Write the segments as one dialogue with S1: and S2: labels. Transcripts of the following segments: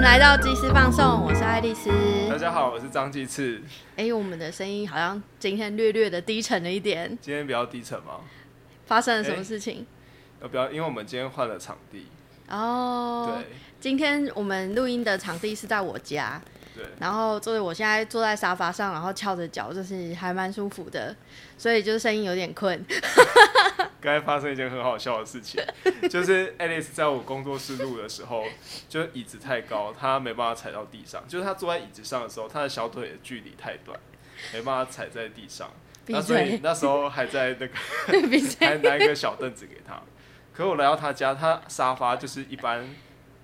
S1: 来到即时放送，我是爱丽丝。
S2: 大家好，我是张继次。
S1: 哎、我们的声音好像今天略略的低沉了一点，
S2: 今天比较低沉嘛，
S1: 发生了什么
S2: 哎
S1: 事情？
S2: 呃，不要，因为我们今天换了场地。
S1: 哦，
S2: 对
S1: 今天我们录音的场地是在我家，
S2: 对，
S1: 然后就是我现在坐在沙发上，然后翘着脚，就是还蛮舒服的，所以就是声音有点
S2: 啊
S1: 困。
S2: 刚才发生一件很好笑的事情，就是 Alice 在我工作室录的时候，就是椅子太高，她没办法踩到地上。就是她坐在椅子上的时候，她的小腿的距离太短，没办法踩在地上。
S1: 闭
S2: 那所以
S1: 嘴，
S2: 那时候还在那个
S1: 闭
S2: 还
S1: 嘴。
S2: 拿一个小凳子给她。可我来到她家，她沙发就是一般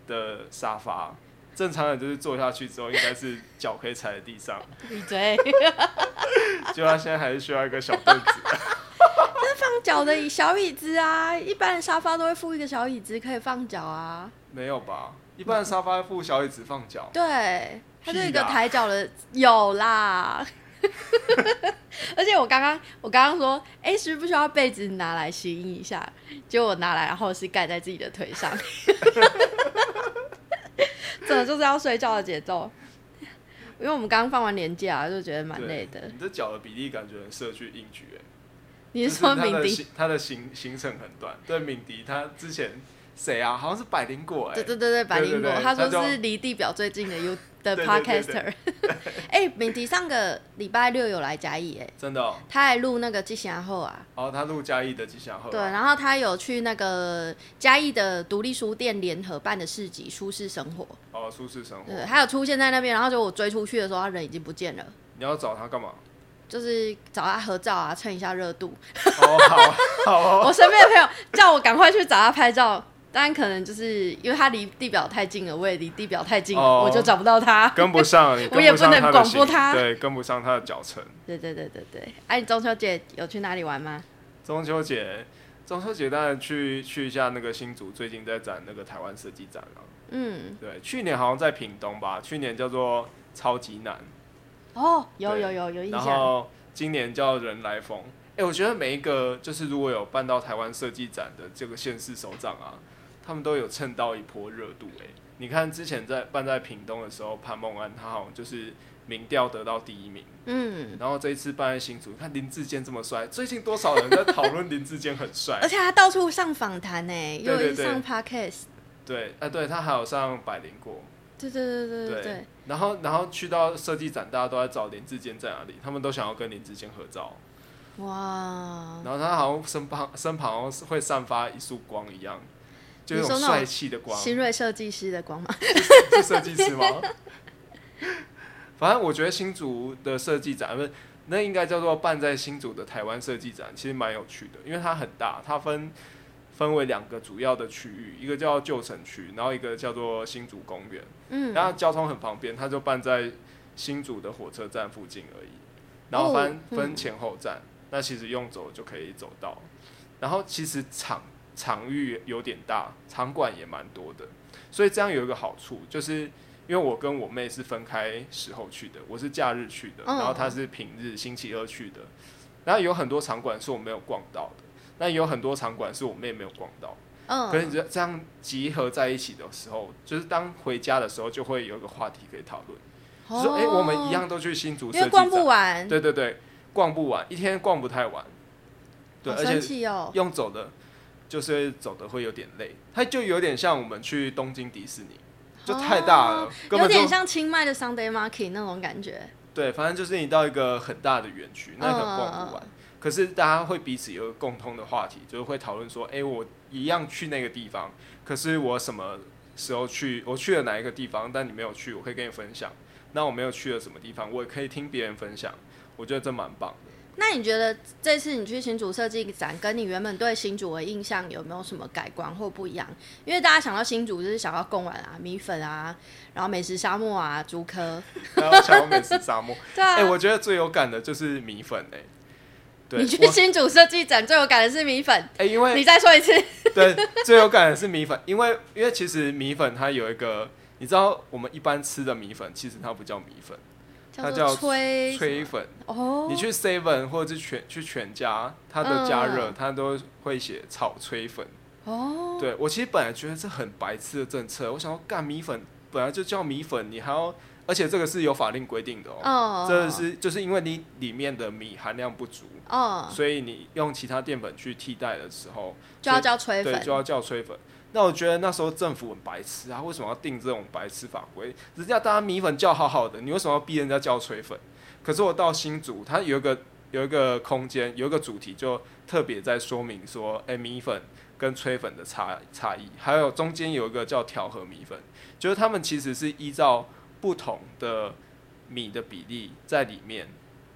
S2: 的沙发，正常人就是坐下去之后，应该是脚可以踩在地上。
S1: 闭 嘴！
S2: 就他现在还是需要一个小凳子。
S1: 放脚的小椅子啊，一般的沙发都会附一个小椅子可以放脚啊。
S2: 没有吧？一般的沙发附小椅子放脚，
S1: 对，它就一
S2: 屁
S1: 个
S2: 啦
S1: 抬脚的，有啦。 而且我刚刚我刚刚说，哎、需不需要被子拿来吸引一下？结果我拿来，然后是盖在自己的腿上， 真的就是要睡觉的节奏。因为我们刚刚放完年假、就觉得蛮
S2: 对
S1: 累的。
S2: 你这脚的比例感觉很适合去硬举、欸，
S1: 你
S2: 就是
S1: 说
S2: 是他
S1: 鸣
S2: 的
S1: 笛？
S2: 行他的行行程很短。对，敏迪他之前谁啊？好像是百灵果哎、
S1: 对对对对，百灵果
S2: 对，对
S1: 他
S2: 他
S1: 说
S2: 叫
S1: 是离地表最近的 U 的
S2: 对对对对
S1: podcaster。哎， 敏迪上个礼拜六有来嘉义，哎，
S2: 真的哦。
S1: 他还录那个季贤后啊，
S2: 然后他陆嘉义的吉祥鹤，
S1: 对，啊然后他有去那个嘉义的独立书店联合办的市集“舒适生活
S2: 哦，舒适生”，活。
S1: 对，啊他有出现在那边，然后就我追出去的时候，他人已经不见了，
S2: 你要找他干嘛？
S1: 就是找他合照啊，蹭一下热度。
S2: 哦，好， 好哦，
S1: 我身边的朋友叫我赶快去找他拍照，但可能就是因为他离地表太近了，我也离地表太近了，
S2: 哦
S1: 我就找不到他。
S2: 跟不上，你
S1: 我也
S2: 跟上
S1: 不能
S2: 他的
S1: 广播
S2: 行
S1: 他
S2: 对，跟不上他的脚程。
S1: 对对对对对，哎、你中秋节有去哪里玩吗？
S2: 中秋节，中秋节当然去去一下那个新竹最近在展那个台湾设计展啊。
S1: 嗯，
S2: 对，去年好像在屏东吧，去年叫做超级难，
S1: 哦，有
S2: 对
S1: 有有有印
S2: 然
S1: 象，
S2: 后今年叫人来疯。哎、我觉得每一个就是如果有办到台湾设计展的这个县市首长啊，他们都有蹭到一波热度、哎，你看之前在办在屏东的时候，潘梦安他好像就是民调得到第一名，
S1: 嗯，
S2: 然后这一次办在新竹，你看林志坚这么帅，最近多少人在讨论林志坚很帅
S1: 而？且他到处上访谈呢，又
S2: 对
S1: 有
S2: 对对
S1: 上 podcast，
S2: 对，啊，对他还有上百灵果，
S1: 对对对对对对。
S2: 然后，然后去到设计展，大家都在找林志坚在哪里，他们都想要跟林志坚合照。
S1: 哇，
S2: 然后他好像身旁身旁好像会散发一束光一样，就
S1: 你
S2: 种
S1: 说那种
S2: 帅气的光，
S1: 新锐设计师的光芒，
S2: 是设计师吗？ 反正我觉得新竹的设计展，不是那应该叫做办在新竹的台湾设计展，其实蛮有趣的，因为它很大，它分分为两个主要的区域，一个叫旧城区，然后一个叫做新竹公园。
S1: 嗯，
S2: 然后交通很方便，它就办在新竹的火车站附近而已。然后分
S1: 哦
S2: 分
S1: 嗯
S2: 前后站，那其实用走就可以走到。然后其实场场域有点大，场馆也蛮多的，所以这样有一个好处，就是因为我跟我妹是分开时候去的，我是假日去的，
S1: 嗯
S2: 然后她是平日星期二去的。然后有很多场馆是我没有逛到的，那有很多场馆是我妹没有逛到的。可是
S1: 嗯，
S2: 你这这样集合在一起的时候，就是当回家的时候，就会有一个话题可以讨论。就说哎、诶我们一，样都去新竹
S1: 哦
S2: 设
S1: 因为
S2: 计
S1: 逛不
S2: 展，
S1: 完，
S2: 对对对，逛不完，一天逛不太完。对，
S1: 好
S2: 而
S1: 生
S2: 且
S1: 气哦，
S2: 用走的，就是走的会有点累，它就有点像我们去东京迪士尼，就太大了，
S1: 哦
S2: 根
S1: 有
S2: 本就
S1: 点像清迈的 Sunday Market 那种感觉，
S2: 对，反正就是你到一个很大的园区，那可能逛不完。
S1: 嗯
S2: 可是大家会彼此有一个共通的话题，就是会讨论说，哎、我一样去那个地方，可是我什么时候去？我去了哪一个地方？但你没有去，我可以跟你分享。那我没有去了什么地方，我也可以听别人分享。我觉得这蛮棒的。
S1: 那你觉得这次你去新竹设计展，跟你原本对新竹的印象有没有什么改观或不一样？因为大家想到新竹就是想到贡丸啊、米粉啊，然后美食沙漠啊、竹 科，
S2: 然后想要美 食沙漠，
S1: 对啊，
S2: 哎、我觉得最有感的就是米粉哎、对，
S1: 你去
S2: 我
S1: 新竹设计展最有感的是米粉，
S2: 哎、因为
S1: 你再说一次，
S2: 对，最有感的是米粉，因为因为其实米粉它有一个，你知道我们一般吃的米粉，其实它不叫米粉，
S1: 叫
S2: 它叫
S1: 做吹
S2: 吹粉。
S1: 哦，
S2: 你去 Seven 或者是全去全家，它的加热
S1: 嗯
S2: 它都会写炒吹粉。
S1: 哦，
S2: 对我其实本来觉得这很白痴的政策，我想说干米粉本来就叫米粉，你还要，而且这个是有法令规定的哦。
S1: 哦，
S2: 这是就是因为你里面的米含量不足，
S1: 哦，
S2: 所以你用其他淀粉去替代的时候，
S1: 就要叫吹
S2: 对，
S1: 粉
S2: 就要叫吹粉。那我觉得那时候政府很白痴啊，为什么要定这种白痴法规？人家大家米粉叫好好的，你为什么要逼人家叫吹粉？可是我到新竹，它有一个有一个空间，有一个主题就特别在说明说，哎、米粉跟吹粉的差差异，还有中间有一个叫调和米粉，就是他们其实是依照不同的米的比例在里面，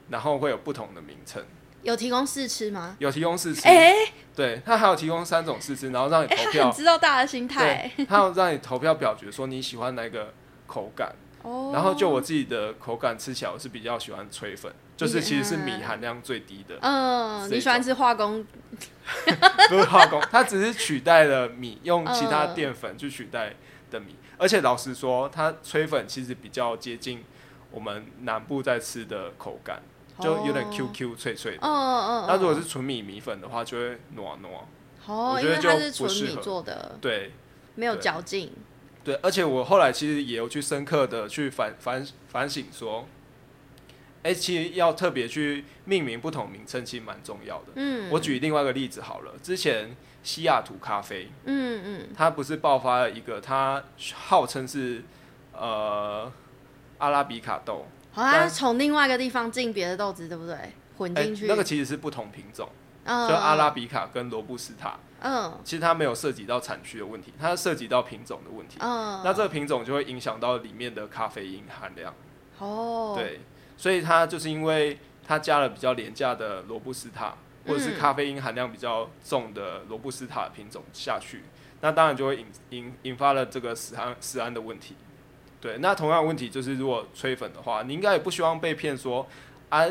S2: 然后会有不同的名称，
S1: 有提供试吃吗？
S2: 有提供试吃，
S1: 哎
S2: 对，它还有提供三种试吃，然后让你
S1: 哎，
S2: 投
S1: 他
S2: 票
S1: 很。知道大家的心态
S2: 对，他要让你投票表决，说你喜欢哪个口感。
S1: 哦。
S2: 然后就我自己的口感吃起来，我是比较喜欢吹粉，就是其实是米
S1: 嗯
S2: 含量最低的，
S1: 嗯，你喜欢吃化工
S2: 不是化工， 它只是取代了米，用其他
S1: 嗯
S2: 淀粉去取代的米。而且老实说，它吹粉其实比较接近我们南部在吃的口感，就有点
S1: 哦
S2: QQ 脆脆的。
S1: 嗯嗯嗯。
S2: 那如果是纯米米粉的话，就会糯糯。
S1: 哦
S2: 我，
S1: 因
S2: 觉得
S1: 为它
S2: 就是不
S1: 纯
S2: 适
S1: 米
S2: 合
S1: 做的，
S2: 对，
S1: 没有
S2: 对
S1: 嚼劲。
S2: 对，而且我后来其实也有去深刻的去反反反省说，哎、其实要特别去命名不同名称，其实蛮重要的。
S1: 嗯，
S2: 我举另外一个例子好了，之前西雅图咖啡，
S1: 嗯嗯
S2: 它不是爆发了一个，它号称是呃阿拉比卡豆，
S1: 好像
S2: 但
S1: 是从另外一个地方进别的豆子，对不对？混
S2: 哎、
S1: 进去、
S2: 那个其实是不同品种，就
S1: 嗯，
S2: 阿拉比卡跟罗布斯塔，
S1: 嗯
S2: 其实它没有涉及到产区的问题，它涉及到品种的问题。
S1: 嗯，
S2: 那这个品种就会影响到里面的咖啡因含量。
S1: 哦，，
S2: 对，所以它就是因为它加了比较廉价的罗布斯塔，或者是
S1: 嗯
S2: 咖啡因含量比较重的罗布斯塔品种下去，那当然就会引引引发了这个食安食安的问题。对，那同样的问题就是，如果吹粉的话，你应该也不希望被骗说啊，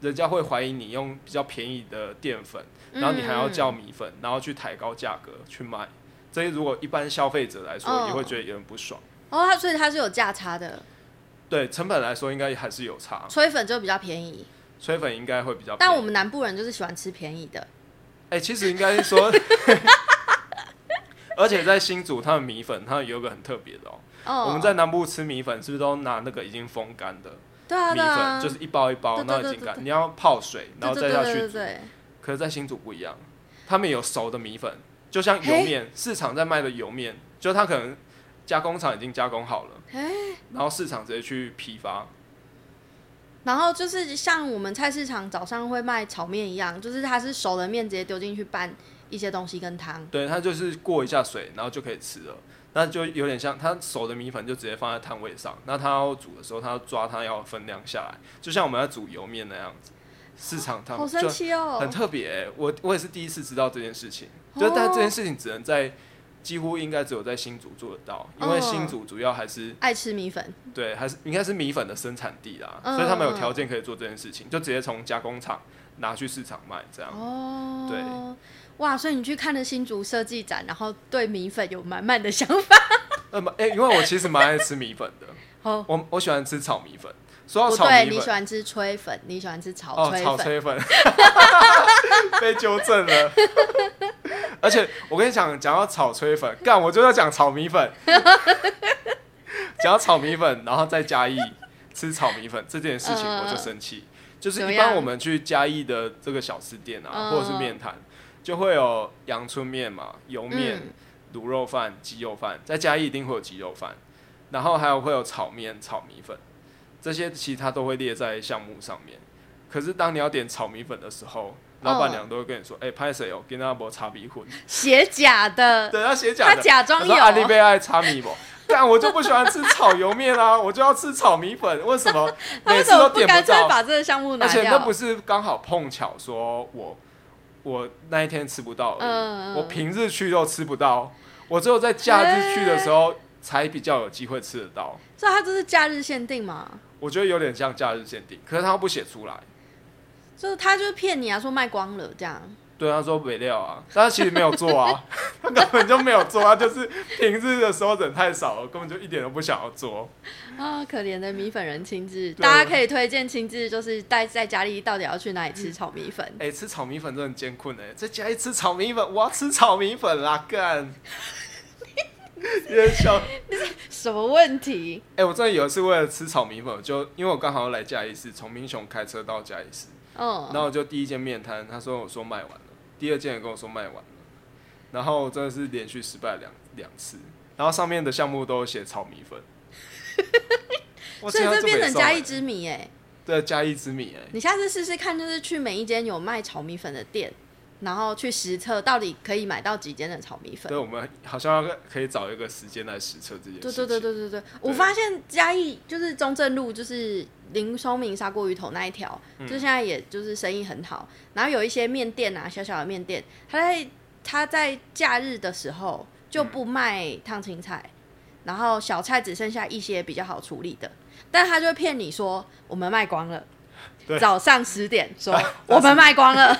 S2: 人家会怀疑你用比较便宜的淀粉，
S1: 嗯
S2: 然后你还要叫米粉，然后去抬高价格去卖。这如果一般消费者来说，也会觉得有点不爽。
S1: 哦，它所以它是有价差的，
S2: 对成本来说，应该还是有差。
S1: 吹粉就比较便宜，
S2: 吹粉应该会比较便宜。
S1: 但我们南部人就是喜欢吃便宜的，
S2: 哎、其实应该说， 而且在新竹，他们米粉，他们有一个很特别的哦、
S1: 哦，
S2: 我们在南部吃米粉，是不是都拿那个已经风干的
S1: 对啊
S2: 米
S1: 对啊，
S2: 粉，就是一包一包，
S1: 对
S2: 那
S1: 对
S2: 已经
S1: 对
S2: 干，
S1: 对
S2: 你要泡水，然后
S1: 对
S2: 再
S1: 对
S2: 下
S1: 对对
S2: 去煮。
S1: 对，
S2: 可是，在新竹不一样，他们有熟的米粉，就像油
S1: 嘿
S2: 面，市场在卖的油面，就是它可能加工厂已经加工好了，
S1: 哎，
S2: 然后市场直接去批发。
S1: 然后就是像我们菜市场早上会卖炒面一样，就是它是熟的面直接丢进去拌一些东西跟汤，
S2: 对，它就是过一下水，然后就可以吃了。那就有点像它熟的米粉，就直接放在摊位上。那它要煮的时候，它要抓它要分量下来，就像我们要煮油面那样子。市场它
S1: 好神
S2: 就
S1: 奇哦，
S2: 很特别欸、我我也是第一次知道这件事情。就但这件事情只能在几乎应该只有在新竹做得到，因为
S1: 嗯
S2: 新竹主要还是
S1: 爱吃米粉，
S2: 对还是应该是米粉的生产地啦，
S1: 嗯
S2: 所以他们有条件可以做这件事情，就直接从加工厂拿去市场卖这样。
S1: 哦，
S2: 嗯对，
S1: 哇，所以你去看了新竹设计展，然后对米粉有满满的想法。
S2: 那么哎，因为我其实蛮爱吃米粉的。
S1: 哦，
S2: 我我喜欢吃炒米粉，说到
S1: 不
S2: 炒
S1: 对，
S2: 米
S1: 你喜
S2: 粉，
S1: 欢吃吹粉，你喜欢吃炒
S2: 哦，
S1: 吹
S2: 炒
S1: 粉，
S2: 吹粉， 被纠正了。 而且我跟你讲，讲到炒吹粉，干我就要讲炒米粉， 讲到炒米粉，然后再加一吃炒米粉这件事情，
S1: 嗯
S2: 我就生气。就是
S1: 怎么
S2: 一般
S1: 样
S2: 我们去嘉义的这个小吃店啊，
S1: 嗯
S2: 或者是面摊，就会有阳春面嘛、油面、
S1: 嗯
S2: 卤肉饭、鸡肉饭，在嘉义一定会有鸡肉饭，然后还有会有炒面、炒米粉，这些其他都会列在项目上面。可是当你要点炒米粉的时候，老板娘都会跟你说：“哎、拍谁哦，跟那波擦鼻混。
S1: 写假”的，
S2: 对，他写假
S1: 呃他
S2: 的，
S1: 假装
S2: 他说啊安利
S1: 有，
S2: 被爱擦米粉。但我就不喜欢吃炒油 面啊，我就要吃炒米粉。为什么
S1: 他
S2: 每
S1: 为
S2: 次
S1: 什么
S2: 都
S1: 不
S2: 点
S1: 干脆
S2: 到？
S1: 把这个项目拿
S2: 而且那
S1: 掉
S2: 不？是刚好碰巧说我我那一天吃不到而已，
S1: 嗯嗯
S2: 我平日去都吃不到，我只有在假日去的
S1: 嗯
S2: 时候才比较有机会吃得到。
S1: 所以他这是假日限定嘛？
S2: 我觉得有点像假日限定，可是他不写出来。
S1: 就是他就是骗你啊，说卖光了这样。
S2: 对，他说没料啊，但他其实没有做啊， 他根本就没有做啊，就是平日的时候人太少了，根本就一点都不想要做。
S1: 啊，可怜的米粉人亲自，
S2: 对
S1: 大家可以推荐亲自，就是待在家里到底要去哪里吃炒米粉？
S2: 哎、吃炒米粉真的很艰困哎、在家里吃炒米粉，我要吃炒米粉啦，干！也笑。
S1: 什么问题？
S2: 哎、我真的有一次为了吃炒米粉，就因为我刚好要来嘉义市，从民雄开车到嘉义市，然
S1: 嗯，
S2: 后我就第一间面摊，他说我说卖完了，第二间也跟我说卖完了，然后真的是连续失败两两次，然后上面的项目都有写炒米 粉，我
S1: 所以
S2: 竟然
S1: 这变
S2: 么
S1: 成
S2: 也
S1: 嘉
S2: 送
S1: 义
S2: 来
S1: 之谜哎、
S2: 对嘉义之谜哎、
S1: 你下次试试看，就是去每一间有卖炒米粉的店，然后去实测到底可以买到几间的炒米粉
S2: 对，。我们好像要可以找一个时间来实测这件事
S1: 对
S2: 情。
S1: 对对对对对，我发现嘉义就是中正路，就是林松明砂锅鱼头那一条，
S2: 嗯
S1: 就现在也就是生意很好。然后有一些面店啊，小小的面店，他在他在假日的时候就
S2: 嗯
S1: 不卖烫青菜，然后小菜只剩下一些比较好处理的，但他就会骗你说我们卖光了
S2: 对。
S1: 早上十点 说我们卖光了，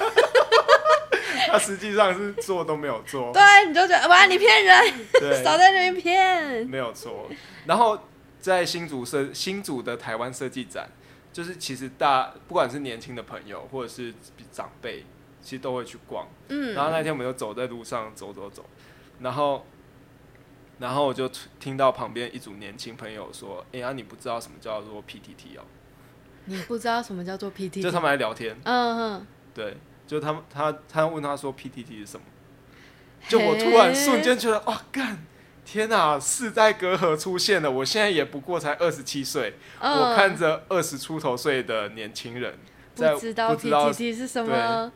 S2: 他实际上是做都没有 做，
S1: 对，你就觉得哇，你骗人，
S2: 对，
S1: 少在那边骗。
S2: 没有错。然后在新竹设新竹的台湾设计展，就是其实大不管是年轻的朋友或者是长辈，其实都会去逛。
S1: 嗯，
S2: 然后那天我们就走在路上走走走，然后然后我就听到旁边一组年轻朋友说：“哎、呀、你不知道什么叫做 PTT 哦？”
S1: 你不知道什么叫做 PT，
S2: 就他们来聊天，
S1: 嗯嗯，
S2: 对，就他们他他问他说 PTT 是什么，就我突然瞬间觉得哇干。天呐、世代隔阂出现了。我现在也不过才二十七岁，
S1: 嗯
S2: 我看着二十出头岁的年轻人，在
S1: 不知道
S2: 不知道
S1: PTT 是什么。
S2: 对我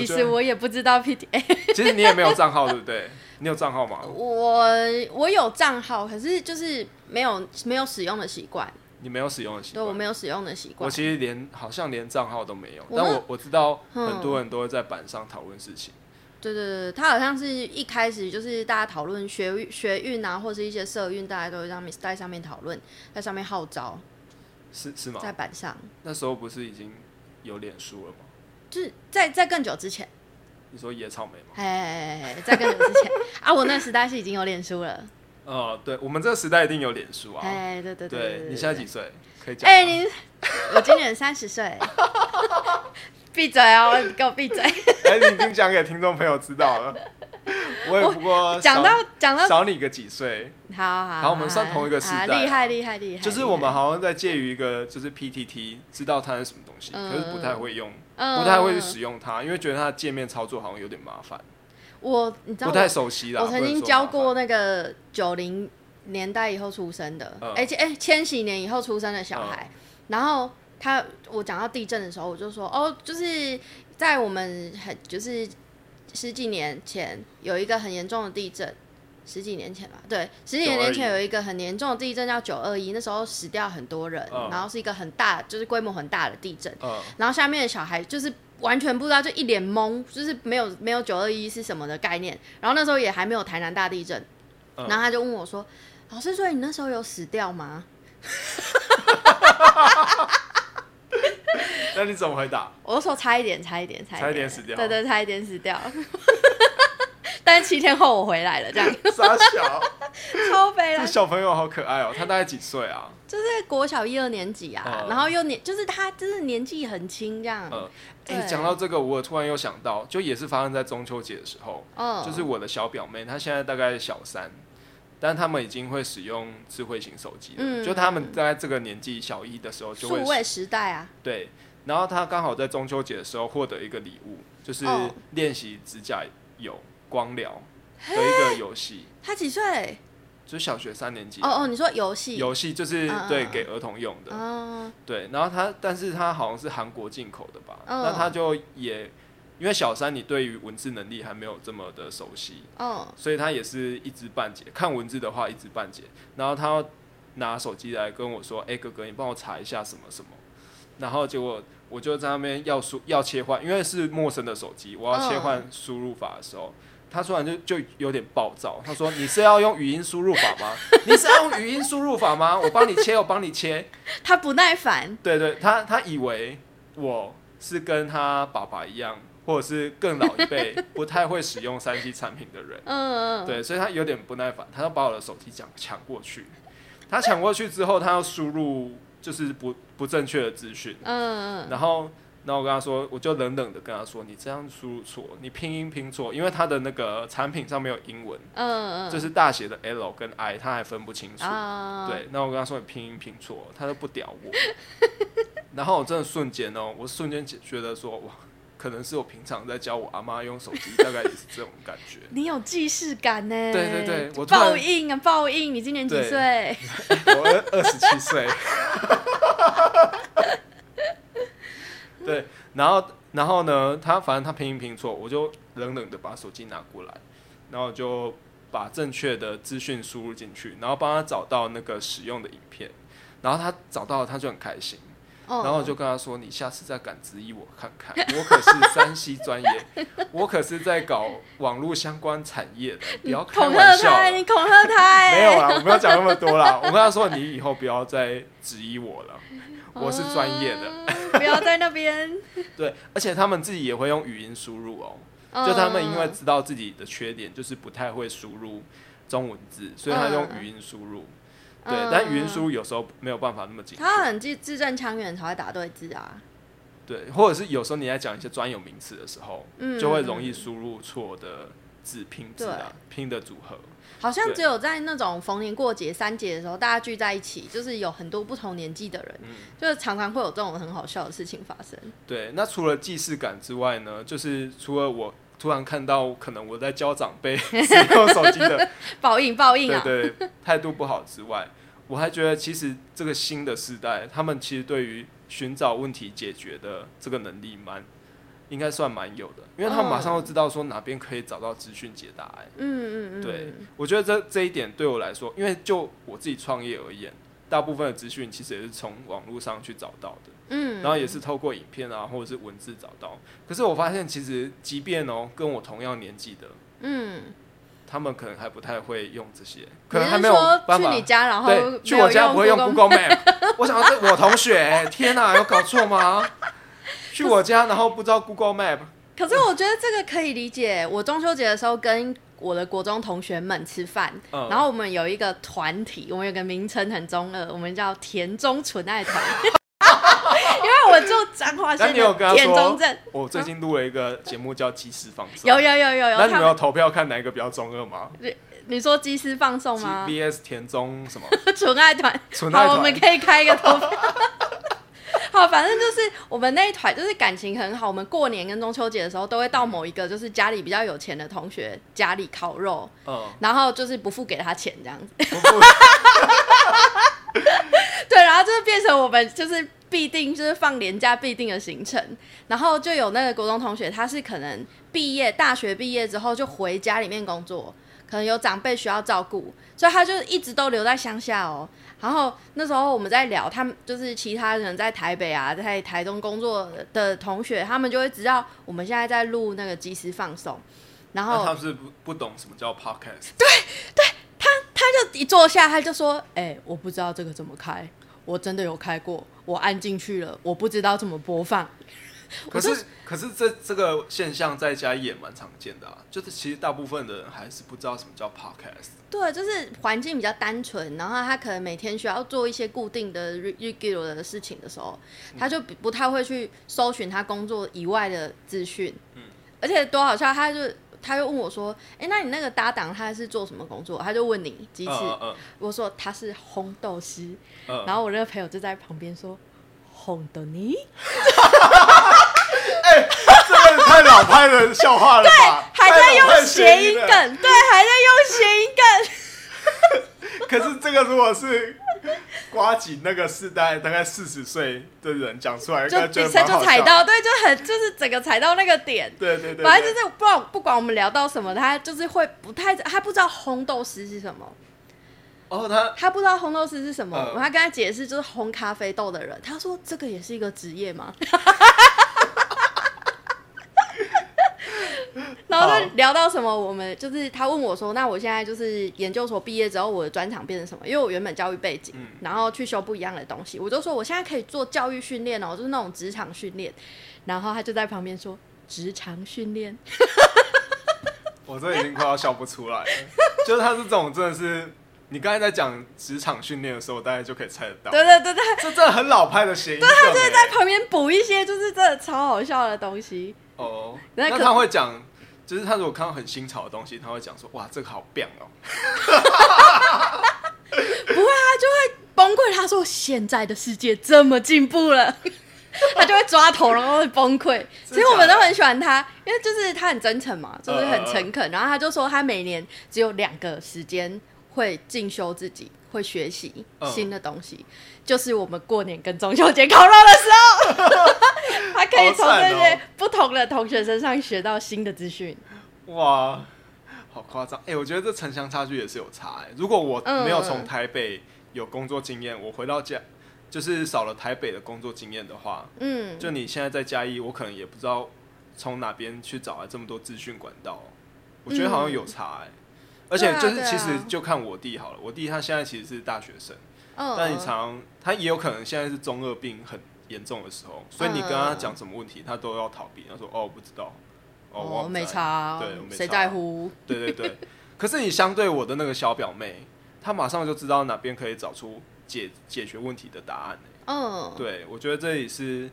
S1: 其
S2: 觉
S1: 实
S2: 得
S1: 我也不知道 PT，、哎，
S2: 其实你也没有账号，对不对？你有账号吗？
S1: 我我有账号，可是就是没有没有使用的习惯，
S2: 你没有使用的习
S1: 对我
S2: 惯。
S1: 没有使用的习
S2: 我
S1: 惯。
S2: 其实连好像连账号都没有，
S1: 我
S2: 但
S1: 们
S2: 我我知道
S1: 嗯
S2: 很多人都会在板上讨论事情。
S1: 对对对，他好像是一开始就是大家讨论学运学运啊，或是一些社运，大家都会上面在上面讨论，在上面号召，
S2: 是是吗？
S1: 在板上，
S2: 那时候不是已经有脸书了吗？
S1: 就是在在更久之前，
S2: 你说野草莓吗？
S1: 哎，在更久之 前啊，我那时代是已经有脸书了，
S2: 哦、对，我们这个时代一定有脸书啊。
S1: 哎，对对对
S2: 对，你现在几岁？可以讲吗。
S1: 哎、 你我今年三十岁， 闭嘴哦！你给我闭嘴！
S2: 哎、你已经讲给听众朋友知 道了。我也不过
S1: 讲到讲到，好
S2: 少你个几岁，
S1: 好好
S2: 好我们算同一个时代
S1: 好
S2: 啊
S1: 厉害厉害厉害！
S2: 就是我们好像在介于一个就是 PTT 知道它是什么东西，
S1: 嗯
S2: 可是不太会用，
S1: 嗯
S2: 不太会去使用它，因为觉得它的界面操作好像有点麻烦，
S1: 我，你知道
S2: 不
S1: 我
S2: 太熟悉啦。
S1: 我曾
S2: 不能
S1: 经
S2: 说
S1: 教
S2: 麻烦
S1: 过那个九零年代以后出生的，
S2: 嗯
S1: 而且哎千禧年以后出生的小孩，然后他我讲到地震的时候，我就说哦，就是在我们很就是十几年前有一个很严重的地震。十几年前吧，对，十几年前
S2: 921
S1: 有一个很严重的地震叫九二一，那时候死掉很多人，
S2: 嗯
S1: 然后是一个很大，就是规模很大的地震。
S2: 嗯
S1: 然后下面的小孩就是完全不知道，就一脸懵，就是没有没有九二一是什么的概念。然后那时候也还没有台南大地震，
S2: 嗯
S1: 然后他就问我说：“老师，所以你那时候有死掉吗
S2: 那你怎么回答？？”
S1: 我就说：“差一点，差一点，差一
S2: 差一点死掉
S1: 对对，差一点死掉。 但是七天后我回来了，这 样
S2: 傻小，
S1: 超悲
S2: 这
S1: 了。
S2: 小朋友好可爱 哦、他大概几岁啊？
S1: 就是国小一二年级啊，
S2: 嗯
S1: 然后又年，就是他就是年纪很轻这样。
S2: 嗯，哎、
S1: 对
S2: 讲到这个，我突然又想到，就也是发生在中秋节的时候，
S1: 嗯，
S2: 就是我的小表妹，她现在大概小三，但他们已经会使用智慧型手机了。
S1: 嗯
S2: 就他们在这个年纪小一的时候就
S1: 数
S2: 会使
S1: 位时代啊，
S2: 对，然后她刚好在中秋节的时候获得一个礼物，就是
S1: 哦
S2: 练习指甲油光疗的一个游戏，
S1: 他几岁？
S2: 就小学三年级
S1: 哦哦，你说游戏？
S2: 游戏，就是
S1: 嗯嗯
S2: 对
S1: 嗯
S2: 给儿童用的。
S1: 哦，
S2: 对，然后他，但是他好像是韩国进口的吧？
S1: 嗯
S2: 那他就也，因为小三你对于文字能力还没有这么的熟悉，
S1: 哦，
S2: 所以他也是一知半解。看文字的话一知半解，然后他要拿手机来跟我说：“哎、哥哥，你帮我查一下什么什么。”然后结果我就在那边要输要切换，因为是陌生的手机，我要切换输入法的时候，他突然就就有点暴躁，他说：“你是要用语音输入法吗？你是要用语音输入法吗？我帮你切，我帮你切。”
S1: 他不耐烦，
S2: 对对，他他以为我是跟他爸爸一样，或者是更老一辈不太会使用三 C 产品的人，
S1: 嗯，嗯，
S2: 对，所以他有点不耐烦，他就把我的手机抢抢过去。他抢过去之后，他要输入就是不不正确的资讯，
S1: 嗯，嗯
S2: 然后然后我跟他说，我就冷冷的跟他说，你这样输入错，你拼音拼错，因为他的那个产品上面有英文，
S1: 嗯嗯，
S2: 就是大写的 L 跟 I，他还分不清楚。
S1: 啊，
S2: 对，那我跟他说你拼音拼错，他都不屌 我。然后我真的瞬间哦，我瞬间觉得说哇，可能是我平常在教我阿妈用手机，大概也是这种感觉。
S1: 你有既视感呢。
S2: 对对对我突然
S1: 报应啊报应！你今年几
S2: 对
S1: 岁？
S2: 我二二十七 岁。对，然后然后呢，他反正他拼音拼错，我就冷冷的把手机拿过来，然后就把正确的资讯输入进去，然后帮他找到那个使用的影片，然后他找到了，他就很开心。
S1: 哦
S2: 然后我就跟他说：“你下次再敢质疑我看看，我可是山西专业，我可是在搞网络相关产业 的，不要开
S1: 恐
S2: 玩
S1: 吓
S2: 笑。”
S1: 他，你恐吓他
S2: 没有
S1: 哎。
S2: 啦，我没有讲那么多啦。我 跟他说，你以后不要再质疑我 了，我是专业的。
S1: 的，不要在那边。
S2: 对，而且他们自己也会用语音输入哦，
S1: 嗯
S2: 就他们因为知道自己的缺点，就是不太会输入中文字，所以他用语音输入。对，但语音输入有时候没有办法那么精
S1: 嗯他
S2: 确。
S1: 很字字正腔圆才会打对字啊。
S2: 对，或者是有时候你在讲一些专有名词的时候，
S1: 嗯
S2: 就会容易输入错的字拼字啊，拼的组合。
S1: 好像
S2: 对
S1: 只有在那种逢年过节、三节的时候，大家聚在一起，就是有很多不同年纪的人，
S2: 嗯
S1: 就是常常会有这种很好笑的事情发生。
S2: 对，那除了既视感之外呢，就是除了我突然看到可能我在教长辈 使用手 机的，
S1: 报应，报应
S2: 对
S1: 啊！
S2: 对态度不好之外，我还觉得其实这个新的时代，他们其实对于寻找问题解决的这个能力蛮，应该算蛮有的，因为他们马
S1: 嗯
S2: 上就知道说哪边可以找到资讯解答、欸。
S1: 嗯嗯嗯，
S2: 对，我觉得这这一点对我来说，因为就我自己创业而言，大部分的资讯其实也是从网络上去找到的。
S1: 嗯，
S2: 然后也是透过影片啊或者是文字找到。可是我发现，其实即便哦跟我同样年纪的，
S1: 嗯，
S2: 他们可能还不太会用这些，可
S1: 你
S2: 能还
S1: 是
S2: 没有
S1: 说
S2: 办
S1: 去
S2: 法
S1: 你。家，然后
S2: 对，去
S1: 没有
S2: 我家不会用
S1: Google
S2: Google Map。我想这我同学、天哪、有搞错吗？去我家然后不知道 Google Map，
S1: 可是我觉得这个可以理解。我中秋节的时候跟我的国中同学们吃饭，
S2: 嗯
S1: 然后我们有一个团体，我们有个名称很中二，我们叫“田中纯爱 团”，因为我住彰化
S2: 那
S1: 县
S2: 你有跟
S1: 的
S2: 他
S1: 田中
S2: 说
S1: 镇，，
S2: 我最近录了一个节目叫《即时放送》，
S1: 有有有有有，
S2: 那你
S1: 他
S2: 们
S1: 们
S2: 有投票看哪一个比较中二吗
S1: 你说鸡丝放送吗？
S2: ？VS 田中什么？
S1: 纯爱团，
S2: 纯爱团
S1: 好，我们可以开一个投票。 好，反正就是我们那一团就是感情很好，我们过年跟中秋节的时候都会到某一个就是家里比较有钱的同学家里烤肉，
S2: 嗯，
S1: 然后就是不付给他钱这样子。
S2: 不不
S1: 对，然后就是变成我们就是必定就是放年假必定的行程，然后就有那个国中同学，他是可能毕业大学毕业之后就回家里面工作，可能有长辈需要照顾，所以他就一直都留在乡下哦。然后那时候我们在聊，他们就是其他人在台北啊，在台中工作的同学，他们就会知道我们现在在录那个即时放送，然后
S2: 那他们是不不懂什么叫 Podcast。
S1: 他就一坐下，他就说：“哎、我不知道这个怎么开，我真的有开过，我按进去了，我不知道怎么播放。
S2: 可是可是这这个现象在家也蛮常见的啊，就是其实大部分的人还是不知道什么叫 podcast。”
S1: 对，就是环境比较单纯，然后他可能每天需要做一些固定的 re- regular 的事情的时候，他就不不太会去搜寻他工作以外的资讯。嗯，而且多好笑，他就他就问我说：“哎、那你那个搭档他是做什么工作？”他就问你几次，
S2: 嗯嗯
S1: 我说他是烘豆师。
S2: 嗯
S1: 然后我那个朋友就在旁边说：“烘豆泥。”
S2: 这个太老派的笑话了吧？
S1: 还在
S2: 太老
S1: 用
S2: 派
S1: 谐音
S2: 了
S1: 梗，。对，还在用谐音梗。
S2: 可是这个如果是瓜几那个世代，大概四十岁的人讲出来，应
S1: 就
S2: 该觉
S1: 比
S2: 得
S1: 赛
S2: 蛮好
S1: 就踩
S2: 笑。
S1: 到，对，就很就是整个踩到那个点。
S2: 对对对，
S1: 反正
S2: 对
S1: 就是不管不管我们聊到什么，他就是会不太他不知道烘豆师是什么，
S2: 哦，他
S1: 他不知道烘豆师是什么。
S2: 嗯
S1: 我还跟他解释就是烘咖啡豆的人，他说这个也是一个职业吗？ 然后就聊到什么，我们就是他问我说，那我现在就是研究所毕业之后，我的专长变成什么？因为我原本教育背景，
S2: 嗯
S1: 然后去修不一样的东西，我就说我现在可以做教育训练哦，就是那种职场训练。然后他就在旁边说职场训练，
S2: 我这已经快要笑不出来了。就是他是这种真的是你刚才在讲职场训练的时候，大家就可以猜得到，
S1: 对对对对，
S2: 这真的很老派的谐音梗欸。对，他就是
S1: 在旁边补一些就是真的超好笑的东西。
S2: 哦，
S1: 那
S2: 那
S1: 可
S2: 他会讲，就是他如果看到很新潮的东西，他会讲说：“哇，这个好棒哦。
S1: 不会啊，他就会崩溃。他说现在的世界这么进步了， 他就会抓头，然后会崩溃。其
S2: 真的假的
S1: 实我们都很喜欢他，因为就是他很真诚嘛，就是
S2: 嗯嗯
S1: 很
S2: 嗯
S1: 诚恳。然后他就说他每年只有两个时间会进修自己，会学习
S2: 嗯
S1: 新的东西，就是我们过年跟中秋节烤肉的时候，他可以从
S2: 好
S1: 这
S2: 赞哦
S1: 些不同的同学身上学到新的资讯。”
S2: 哇，好夸张！哎、我觉得这城乡差距也是有差、欸。如果我
S1: 嗯
S2: 没有
S1: 嗯
S2: 从台北有工作经验，我回到家就是少了台北的工作经验的话，
S1: 嗯，
S2: 就你现在在嘉义，我可能也不知道从哪边去找来这么多资讯管道。我觉得好像有差、欸，而且就
S1: 嗯对
S2: 是
S1: 啊
S2: 其实
S1: 对啊
S2: 就看我弟好了，我弟他现在其实是大学生。
S1: 嗯
S2: 但你常常他也有可能现在是中二病很严重的时候，所以你跟他讲什么问题，他都要逃避。他说：“哦，我不知道，哦，我
S1: 哦
S2: 不
S1: 没
S2: 在
S1: 差啊
S2: 对，我没，
S1: 谁
S2: 差
S1: 在？乎？
S2: 对对对。可是你相对我的那个小表妹，她马上就知道哪边可以找出解解决问题的答案、欸
S1: 嗯，
S2: 对，我觉得这也是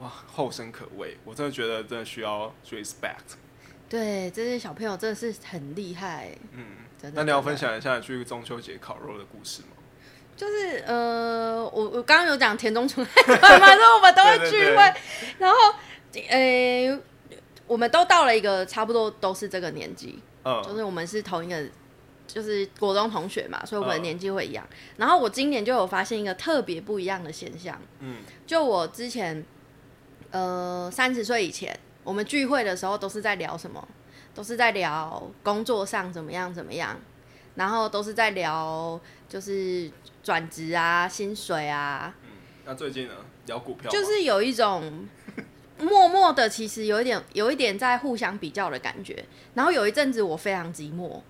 S2: 哇，后生可畏。我真的觉得真的需要 respect。
S1: 对，这些小朋友真的是很厉害，
S2: 嗯，
S1: 真的。
S2: 那你要
S1: 真
S2: 分
S1: 的，
S2: 享一下你去中秋节烤肉的故事吗？
S1: 就是呃，我我刚刚有讲田中纯爱 团嘛，所以我们都会
S2: 对对
S1: 聚
S2: 对
S1: 会，然后呃，我们都到了一个差不多都是这个年纪，就
S2: 嗯，
S1: 是我们是同一个。就是国中同学嘛，所以我们的
S2: 嗯
S1: 年纪会一样。然后我今年就有发现一个特别不一样的现象，
S2: 嗯，
S1: 就我之前，呃，三十岁以前，我们聚会的时候都是在聊什么？都是在聊工作上怎么样怎么样，然后都是在聊就是转职啊、薪水啊，
S2: 那最近呢，聊股票吗
S1: 就是有一种默默的，其实有一点有一点在互相比较的感觉。然后有一阵子我非常寂寞，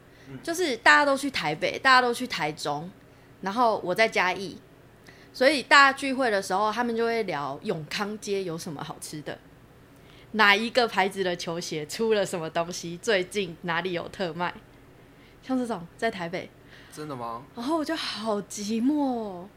S1: 就是大家都去台北，大家都去台中，然后我在嘉义，所以大家聚会的时候，他们就会聊永康街有什么好吃的。哪一个牌子的球鞋出了什么东西？最近哪里有特卖？像这种在台北，
S2: 真的吗？
S1: 然后我就好寂寞、哦。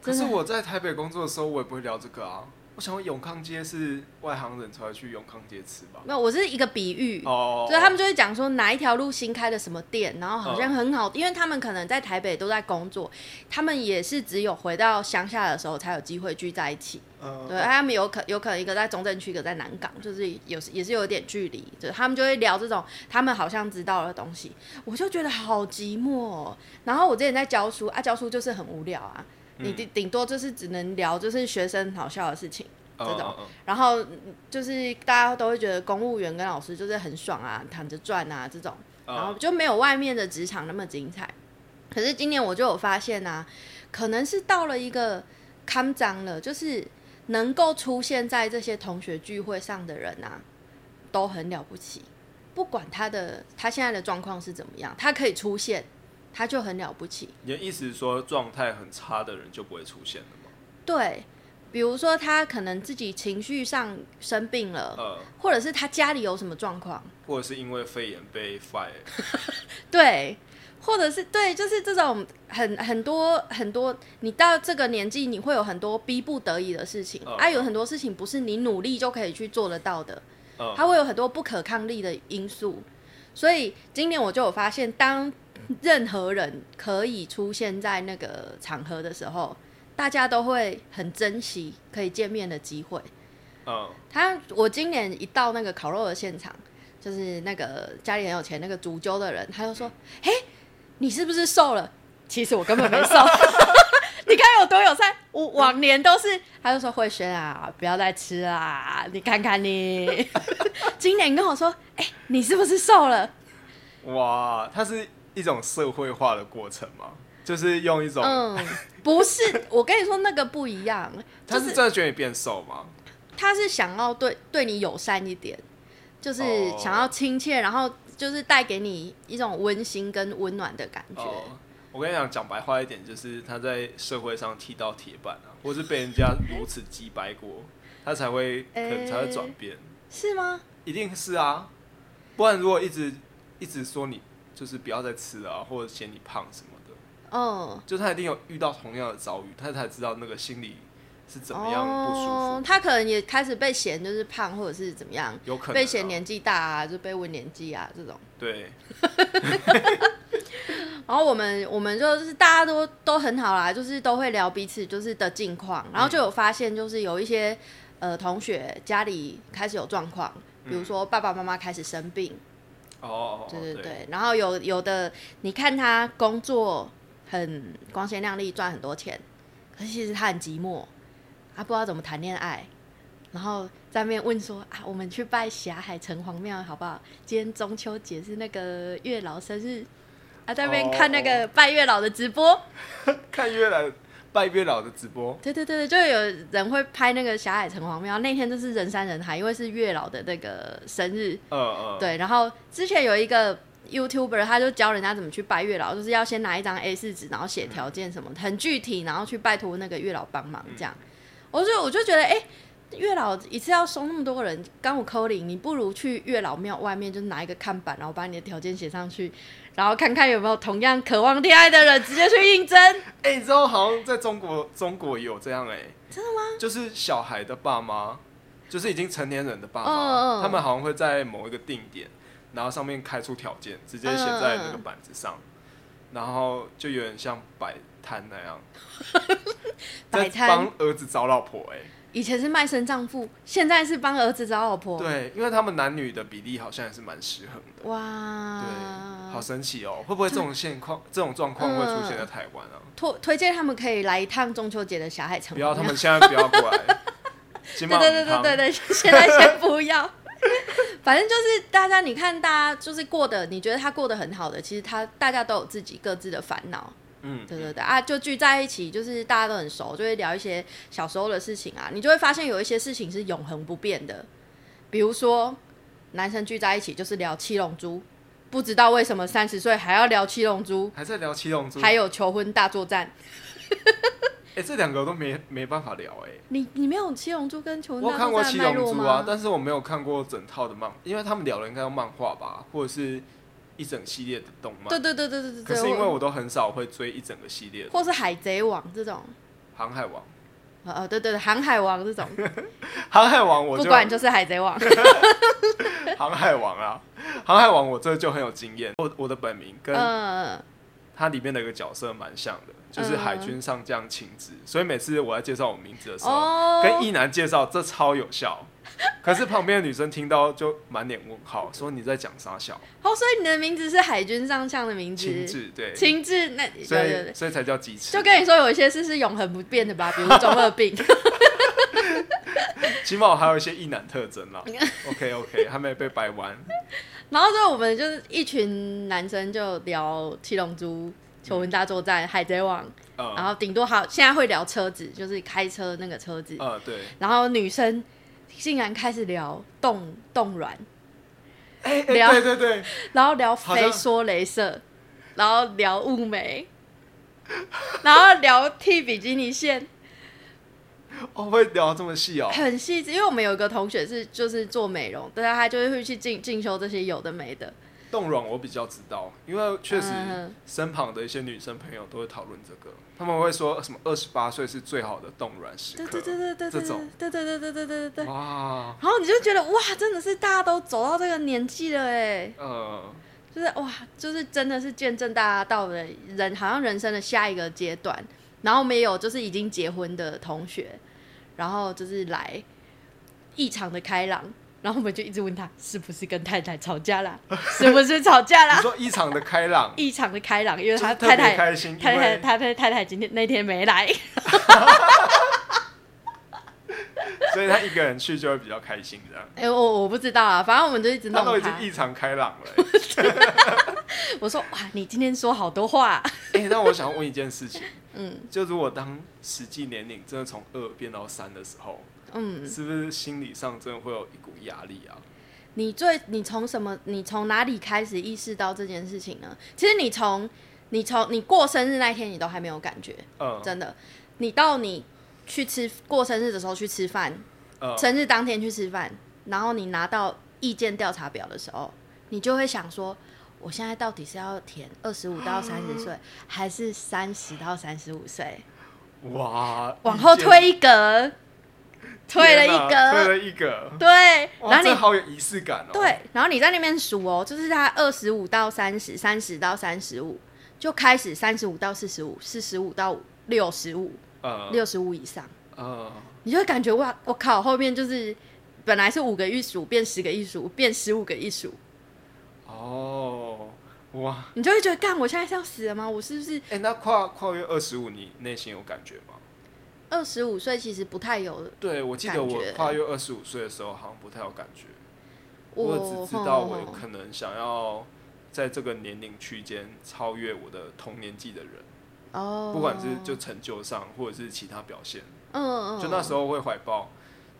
S2: 可
S1: 真
S2: 是
S1: 的
S2: 我在台北工作的时候，我也不会聊这个啊。我想说永康街是外行人才会去永康街吃吧？
S1: 没有，我是一个比喻，
S2: 哦，
S1: 所以他们就会讲说哪一条路新开的什么店，然后好像很好，因为他们可能在台北都在工作，他们也是只有回到乡下的时候才有机会聚在一起。
S2: 嗯
S1: 对，他们有可有可能一个在中正区，一个在南港，就是有也是有点距离，就是他们就会聊这种他们好像知道的东西，我就觉得好寂寞、哦。然后我之前在教书啊，教书就是很无聊啊，你顶顶多就是只能聊就是学生好笑的事情。
S2: 嗯
S1: 这种
S2: 嗯嗯
S1: 然后嗯就是大家都会觉得公务员跟老师就是很爽啊，躺着赚啊这种，
S2: 嗯
S1: 然后就没有外面的职场那么精彩。可是今年我就有发现啊，可能是到了一个康长了，就是能够出现在这些同学聚会上的人啊，都很了不起。不管他的他现在的状况是怎么样，他可以出现，他就很了不起。
S2: 你的意思是说状态很差的人就不会出现了吗？
S1: 对，比如说他可能自己情绪上生病了，
S2: 呃，
S1: 或者是他家里有什么状况，
S2: 或者是因为肺炎被 fire？
S1: 对，或者是对，就是这种很很多很多，你到这个年纪，你会有很多逼不得已的事情，
S2: 嗯
S1: 啊，有很多事情不是你努力就可以去做得到的，
S2: 嗯
S1: 它会有很多不可抗力的因素。所以今年我就有发现，当任何人可以出现在那个场合的时候，大家都会很珍惜可以见面的机会。
S2: 嗯
S1: 他我今年一到那个烤肉的现场，就是那个家里很有钱那个主揪的人，他就说：“嘿，你是不是瘦了？”其实我根本没瘦。你看有多友善，我往年都是，他就说慧轩啊，不要再吃啦，你看看你。 今年跟我说，哎、你是不是瘦了？
S2: 哇，它是一种社会化的过程吗？就是用一种，
S1: 嗯，不是，我跟你说那个不一样，
S2: 他
S1: 就是是
S2: 真的觉得你变瘦吗？
S1: 他是想要对对你友善一点，就是
S2: 哦
S1: 想要亲切，然后就是带给你一种温馨跟温暖的感觉。
S2: 哦，我跟你讲，讲白话一点，就是他在社会上踢到铁板啊，或是被人家如此击败过，他才会可能才会转变。
S1: 是吗？
S2: 一定是啊，不然如果一直一直说你就是不要再吃了啊，或者嫌你胖什么的，
S1: 嗯，
S2: 就他一定有遇到同样的遭遇，他才知道那个心里是怎么样不舒服，
S1: 哦，他可能也开始被嫌就是胖或者是怎么样，
S2: 有可能、啊、
S1: 被嫌年纪大啊，就被问年纪啊这种。
S2: 对，
S1: 然后我们我们就是大家都都很好啦，就是都会聊彼此就是的近
S2: 嗯
S1: 况，然后就有发现就是有一些呃同学家里开始有状况，比如说爸爸妈妈开始生病，
S2: 哦哦，哦
S1: 对对
S2: 对
S1: 对，然后有有的你看他工作很光鲜亮丽，赚很多钱，可是其实他很寂寞，他不知道怎么谈恋爱。然后在那边问说啊，我们去拜霞海城隍庙好不好？今天中秋节是那个月老生日，啊，在那边看那
S2: 哦
S1: 个拜月老的直播。
S2: 看月老拜月老的直播，
S1: 对对对，就有人会拍那个霞海城隍庙，那天就是人山人海，因为是月老的那个生日。
S2: 呃呃，
S1: 对，然后之前有一个 YouTuber，他就教人家怎么去拜月老，就是要先拿一张 A 4纸，然后写条件什么的，很具体，然后去拜托那个月老帮忙这
S2: 嗯
S1: 样。我就我就觉得，哎、月老一次要收那么多个人，刚我扣零，你不如去月老庙外面，就是拿一个看板，然后把你的条件写上去，然后看看有没有同样渴望恋爱的人直接去应征。
S2: 哎、你知道好像在中国，中国也有这样哎、真的吗？就是小孩的爸妈，就是已经成年人的爸妈，
S1: 嗯嗯嗯
S2: 他们好像会在某一个定点，然后上面开出条件，直接写在
S1: 嗯
S2: 那个板子上，然后就有点像摆摊那 样，
S1: 摆
S2: 在
S1: 摊
S2: 帮儿子找老婆哎、
S1: 以前是卖身丈夫，现在是帮儿子找老婆。
S2: 对，因为他们男女的比例好像也是蛮失衡的，
S1: 啊
S2: 对，好
S1: 哇，
S2: 神奇哦，会不会这种现况、这种状况会出现在台湾啊？
S1: 推推荐他们可以来一趟中秋节的霞海城隍
S2: 不要，
S1: 庙。
S2: 他们现在不要 过来。对
S1: 对对对对 对，现在先不要。 反正就是大家，你看大家就是过的，你觉得他过得很好的，其实他大家都有自己各自的烦恼。
S2: 嗯，
S1: 对对对啊，就聚在一起，就是大家都很熟，就会聊一些小时候的事情啊，你就会发现有一些事情是永恒不变的，比如说男生聚在一起就是聊七龙珠，不知道为什么三十岁还要聊七龙珠，
S2: 还在聊七龙珠，
S1: 还
S2: 哎、
S1: 有求婚大作战。
S2: 这两个都没没办法聊哎、
S1: 你你没有七龙珠跟求婚
S2: 我有
S1: 大
S2: 看
S1: 作
S2: 过
S1: 战
S2: 七
S1: 的脉络
S2: 龙珠啊
S1: 吗，？
S2: 但是我没有看过整套的漫，因为他们聊的应该要漫画吧，或者是一整系列的动漫。
S1: 对对对对对
S2: 可
S1: 对
S2: 是
S1: 对，
S2: 因为我都很少会追一整个系列的《
S1: 或是海贼王这种，
S2: 航海王》，
S1: 呃呃对对对，航海王这种，
S2: 《航海王》 我
S1: 不
S2: 就
S1: 管就是海贼王。
S2: 航海王》啊，《航海王》我这就很有经验。我我的本名跟
S1: 嗯，
S2: 它里面的一个角色蛮像的，就是海军上将晴子，所以每次我在介绍我名字的时候，
S1: 哦
S2: 跟一男介绍这超有效，可是旁边的女生听到就满脸问号，说你在讲啥小
S1: 哦，所以你的名字是海军上将的名字，
S2: 晴子对，
S1: 情志那对
S2: 所
S1: 对
S2: 以
S1: 对，
S2: 所以才叫鸡翅
S1: 就，跟你说有一些事是永恒不变的吧，比如中二 病。
S2: 起码我还有一些异男特 征啦。OK OK，还没被掰弯，
S1: 然后就我们就是一群男生就聊《七龙珠》《
S2: 嗯
S1: 求婚大作战》《海贼王》，然
S2: 呃
S1: 后顶多好现在会聊车子，就是开车那个车子。
S2: 呃对，
S1: 然后女生竟然开始聊冻冻卵，
S2: 哎、哎
S1: 聊
S2: 对对对，
S1: 然后聊
S2: 好
S1: 飞
S2: 像
S1: 梭镭射，然后聊雾眉，然后聊剃比基尼线。
S2: 哦会聊这么细哦，
S1: 很细致，因为我们有一个同学是就是做美容，对啊，他就是会去进进修这些有的没的。
S2: 冻卵我比较知道，因为确实
S1: 嗯
S2: 身旁的一些女生朋友都会讨论这个，他们会说什么二十八岁是最好的冻卵时
S1: 对
S2: 刻，
S1: 对对对对对
S2: 这种哦
S1: 对对对对对对对对。
S2: 哇，
S1: 然后你就觉得哇，真的是大家都走到这个年纪了哎，
S2: 呃，
S1: 就是哇，就是真的是见证大家到了人好像人生的下一个阶段。然后我们也有就是已经结婚的同学，然后就是来异常的开朗，然后我们就一直问他是不是跟太太吵架啦，是不是吵架
S2: 你
S1: 啦？，
S2: 说异常的开朗
S1: 异常的开朗，因为
S2: 就是
S1: 他
S2: 特别
S1: 太太
S2: 开心，因
S1: 太太
S2: 为
S1: 太太太太今天那天没来，
S2: 所以他一个人去就会比较开心这样。
S1: 哎、我我不知道啊，反正我们就一直
S2: 他
S1: 弄
S2: 都已
S1: 他
S2: 经。异常开朗了、
S1: 我说哇，你今天说好多话、啊
S2: 哎、那我想问一件事情，
S1: 嗯
S2: 就如果当实际年龄真的从二变到三的时候，
S1: 嗯，
S2: 是不是心理上真的会有一股压力啊？
S1: 你最你从什么？你从哪里开始意识到这件事情呢？其实你从你从你过生日那一天，你都还没有感觉，
S2: 嗯
S1: 真的。你到你去吃过生日的时候去吃饭，
S2: 嗯，
S1: 生日当天去吃饭，然后你拿到意见调查表的时候，你就会想说，我现在到底是要填二十五到三十
S2: 哦
S1: 岁，还是三十到三十五岁？
S2: 哇，
S1: 往后推一格，退了
S2: 天哪
S1: 一格，
S2: 退了一个，
S1: 对，
S2: 哇，
S1: 然后
S2: 这
S1: 你
S2: 好有仪式感哦。
S1: 对，然后你在那边数哦，就是他二十五到三十，三十到三十五，就开始三十五到四十五，四十五到六十五，
S2: 呃，
S1: 六十五以上，
S2: 呃，
S1: 你就会感觉哇，我靠，后面就是本来是五个一数，变十个一数，变十五个一数，
S2: 哦，哇，
S1: 你就会觉得干，我现在是要死了吗？我是不是
S2: 哎、那跨跨越二十五，你内心有感觉吗？
S1: 二十五岁其实不太有
S2: 对，我记得
S1: 感
S2: 我
S1: 觉
S2: 跨越二十五岁的时候，好像不太有感觉。
S1: 我
S2: 我
S1: 哦
S2: 只知道我
S1: 吼
S2: 可能想要在这个年龄区间超越我的同年纪的人，
S1: 哦，
S2: 不管是就成就上或者是其他表现，
S1: 嗯嗯，
S2: 就那时
S1: 候
S2: 候会怀抱。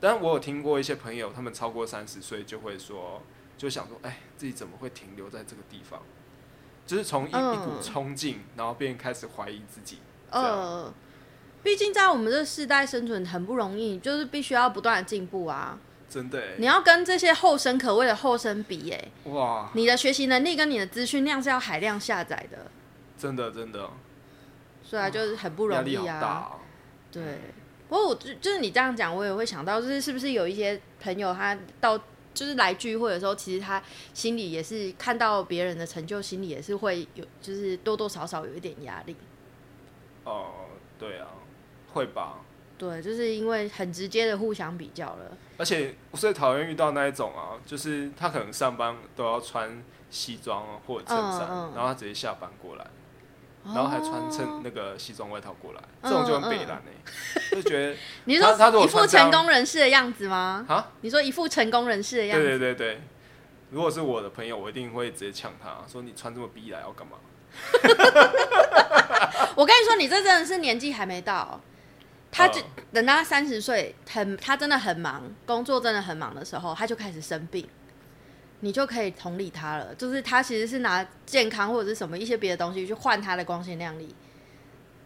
S2: 但我有听过一些朋友，他们超过三十岁就会说，就想说，哎，自己怎么会停留在这个地方？就是从一、一股
S1: 嗯
S2: 冲劲，然后便开始怀疑自己。
S1: 呃，毕竟在我们这个世代生存很不容易，就是必须要不断的进步啊。
S2: 真的欸
S1: 你要跟这些后生可畏的后生比、耶，
S2: 哇，
S1: 你的学习能力跟你的资讯量是要海量下载的，
S2: 真的真的
S1: 所以啊，就是很不
S2: 压
S1: 容
S2: 力
S1: 易
S2: 好
S1: 啊。
S2: 大、哦。
S1: 对，不过我就就是你这样讲，我也会想到，就是是不是有一些朋友他到就是来聚会的时候，其实他心里也是看到别人的成就，心里也是会有就是多多少少有一点压力。
S2: 哦、对啊，会吧。
S1: 对，就是因为很直接的互相比较了。
S2: 而且我最讨厌遇到那一种啊，就是他可能上班都要穿西装啊或者衬衫，
S1: 嗯嗯
S2: 然后他直接下班过来，然后还穿衬
S1: 哦
S2: 那个西装外套过来，
S1: 嗯
S2: 这种就很北蓝哎、就觉 得
S1: 你
S2: 他他
S1: 说
S2: 如果
S1: 一副
S2: 穿这样
S1: 成功人士的样子吗？
S2: 啊，
S1: 你说一副成功人士的
S2: 对
S1: 样子，
S2: 对对对，如果是我的朋友，我一定会直接呛他说你穿这么逼来要干嘛？
S1: 我跟你说，你这真的是年纪还没到。他就、
S2: 嗯
S1: 等到他三十岁，很他真的很忙，工作真的很忙的时候，他就开始生病，你就可以同理他了。就是他其实是拿健康或者是什么一些别的东西去换他的光鲜亮丽。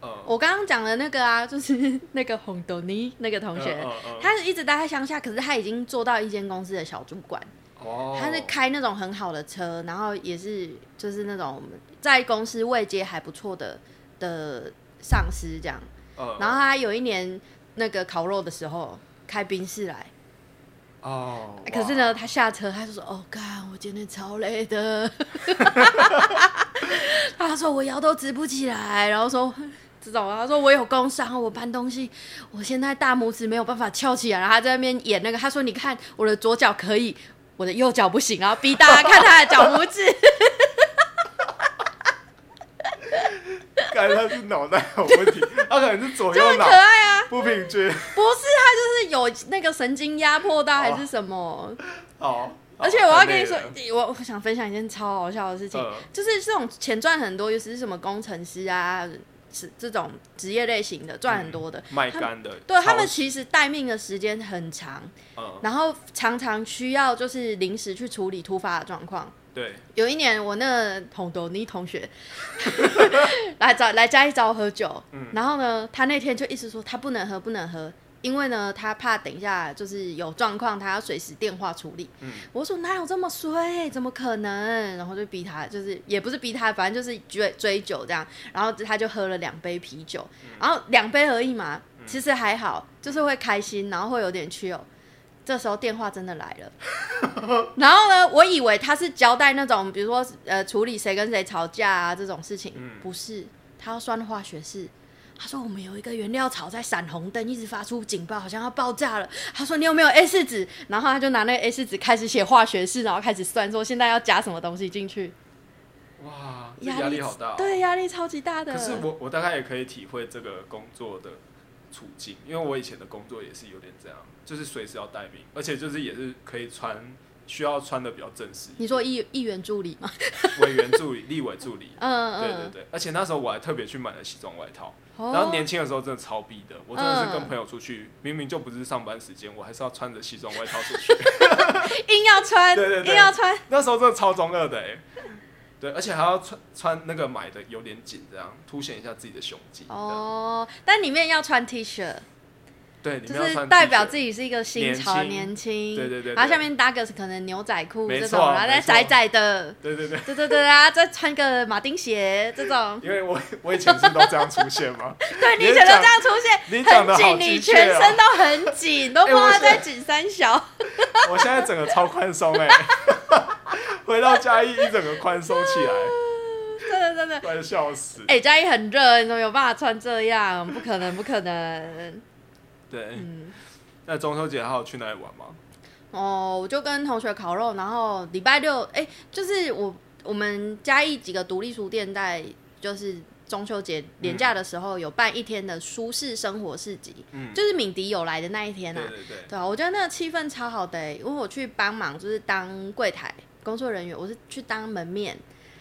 S2: 呃，
S1: 我刚刚讲的那个啊，就是 那个红豆泥那个同学，
S2: 嗯嗯嗯
S1: 他是一直待在乡下，可是他已经做到一间公司的小主管。
S2: 哦，
S1: 他是开那种很好的车，然后也是就是那种在公司位阶还不错的的上司这样。
S2: 呃，
S1: 然后他有一年那个烤肉的时候开宾士来，
S2: 哦，
S1: 可是呢，他下车他就说：“哦，干，我今天超累的。” 他说：“我腰都直不起来。”然后说。 这种，他说我有工伤，我搬东西，我现在大拇指没有办法翘起来。然后他在那边演那个，他说：“你看我的左脚可以，我的右脚不行。”然后逼大家看 他的脚拇指，
S2: 哇，感觉他是脑袋有问题，他可能是左
S1: 就
S2: 右
S1: 很
S2: 脑
S1: 可爱啊。
S2: 不平均。
S1: 不是，他就是有那个神经压迫到还是什么。
S2: 哦，
S1: 而且我要
S2: 太
S1: 跟
S2: 哦累
S1: 你说
S2: 了，
S1: 我我想分享一件超好笑的事情，
S2: 嗯
S1: 就是这种钱赚很多，尤其是什么工程师啊，是这种职业类型的赚很多的。
S2: 卖
S1: 他们
S2: 干的，
S1: 对他们
S2: 超，
S1: 其实待命的时间很长，
S2: 嗯，
S1: 然后常常需要就是临时去处理突发的状况。
S2: 对，
S1: 有一年，我那红豆泥同学 来找来家里找我喝酒，然后呢，他那天就一直说他不能喝，不能喝，因为呢，他怕等一下就是有状况，他要随时电话处理。
S2: 嗯
S1: 我说哪有这么衰，怎么可能？然后就逼他，就是也不是逼他，反正就是追追酒这样。然后他就喝了两杯啤酒，
S2: 嗯
S1: 然后两杯而已嘛，其实还好，就是会开心，然后会有点 chill。这时候电话真的来了。 然后呢，我以为他是交代那种，比如说呃，处理谁跟谁吵架啊这种事情，
S2: 嗯
S1: 不是，他要算化学式。他说我们有一个原料槽在闪红灯，一直发出警报，好像要爆炸了。他说你有没有 A 四纸？然后他就拿那个 A 四纸开始写化学式，然后开始算说现在要加什么东西进去，
S2: 哇，这压力好大、哦。
S1: 对，压力超级大的。
S2: 可是我我大概也可以体会这个工作的处境，因为我以前的工作也是有点这样，就是随时要待命，而且就是也是可以穿需要穿的比较正式一点。
S1: 你说议议员助理吗？
S2: 委员助理、立委助理，
S1: 嗯嗯，
S2: 对对对，而且那时候我还特别去买了西装外套。
S1: 哦
S2: 然后年轻的时候真的超逼的，我真的是跟
S1: 嗯
S2: 朋友出去，明明就不是上班时间，我还是要穿着西装外套出去。
S1: 硬要穿，
S2: 对对对
S1: 硬要穿，
S2: 那时候真的超中二的哎、对，而且还要穿穿那个买的
S1: 哦
S2: 有点紧，这样凸显一下自己的胸肌。这样
S1: 哦，但里面要穿 T 恤，
S2: 对，你们
S1: 就
S2: 要
S1: 是
S2: 穿 T
S1: 代表
S2: 恤
S1: 自己是一个新潮
S2: 年轻
S1: 年轻，
S2: 对对对对
S1: 然后下面搭个可能牛仔裤
S2: 没
S1: 这
S2: 错
S1: 种，然后再
S2: 没错
S1: 窄窄的，
S2: 对对对，
S1: 对对对啊，再穿个马丁鞋这种，
S2: 因为我我以前是都这样出现嘛。
S1: 对你
S2: 你
S1: 可能
S2: 讲
S1: 这样出现，
S2: 你讲得
S1: 很
S2: 好
S1: 紧，
S2: 精
S1: 你
S2: 确
S1: 全
S2: 哦
S1: 身都很紧，都不知
S2: 哎我
S1: 道
S2: 是
S1: 在紧三 小。
S2: 哎我现在整个超宽松哎， 回到嘉义一整个宽松起来，
S1: 真的真的，
S2: 快笑死。
S1: 哎、嘉义很热，你怎么有办法穿这样？不可能，不可能。
S2: 对，
S1: 嗯，
S2: 那中秋节还有去哪里玩吗？
S1: 哦，我就跟同学烤肉，然后礼拜六，哎、就是我我们嘉义几个独立书店在就是中秋节连假的时候有办一天的舒适生活市集，
S2: 嗯，
S1: 就是敏迪有来的那一天啊
S2: 对。对对，
S1: 对啊，我觉得那个气氛超好的、欸，因为我去帮忙，就是当柜台工作人员，我是去当门面，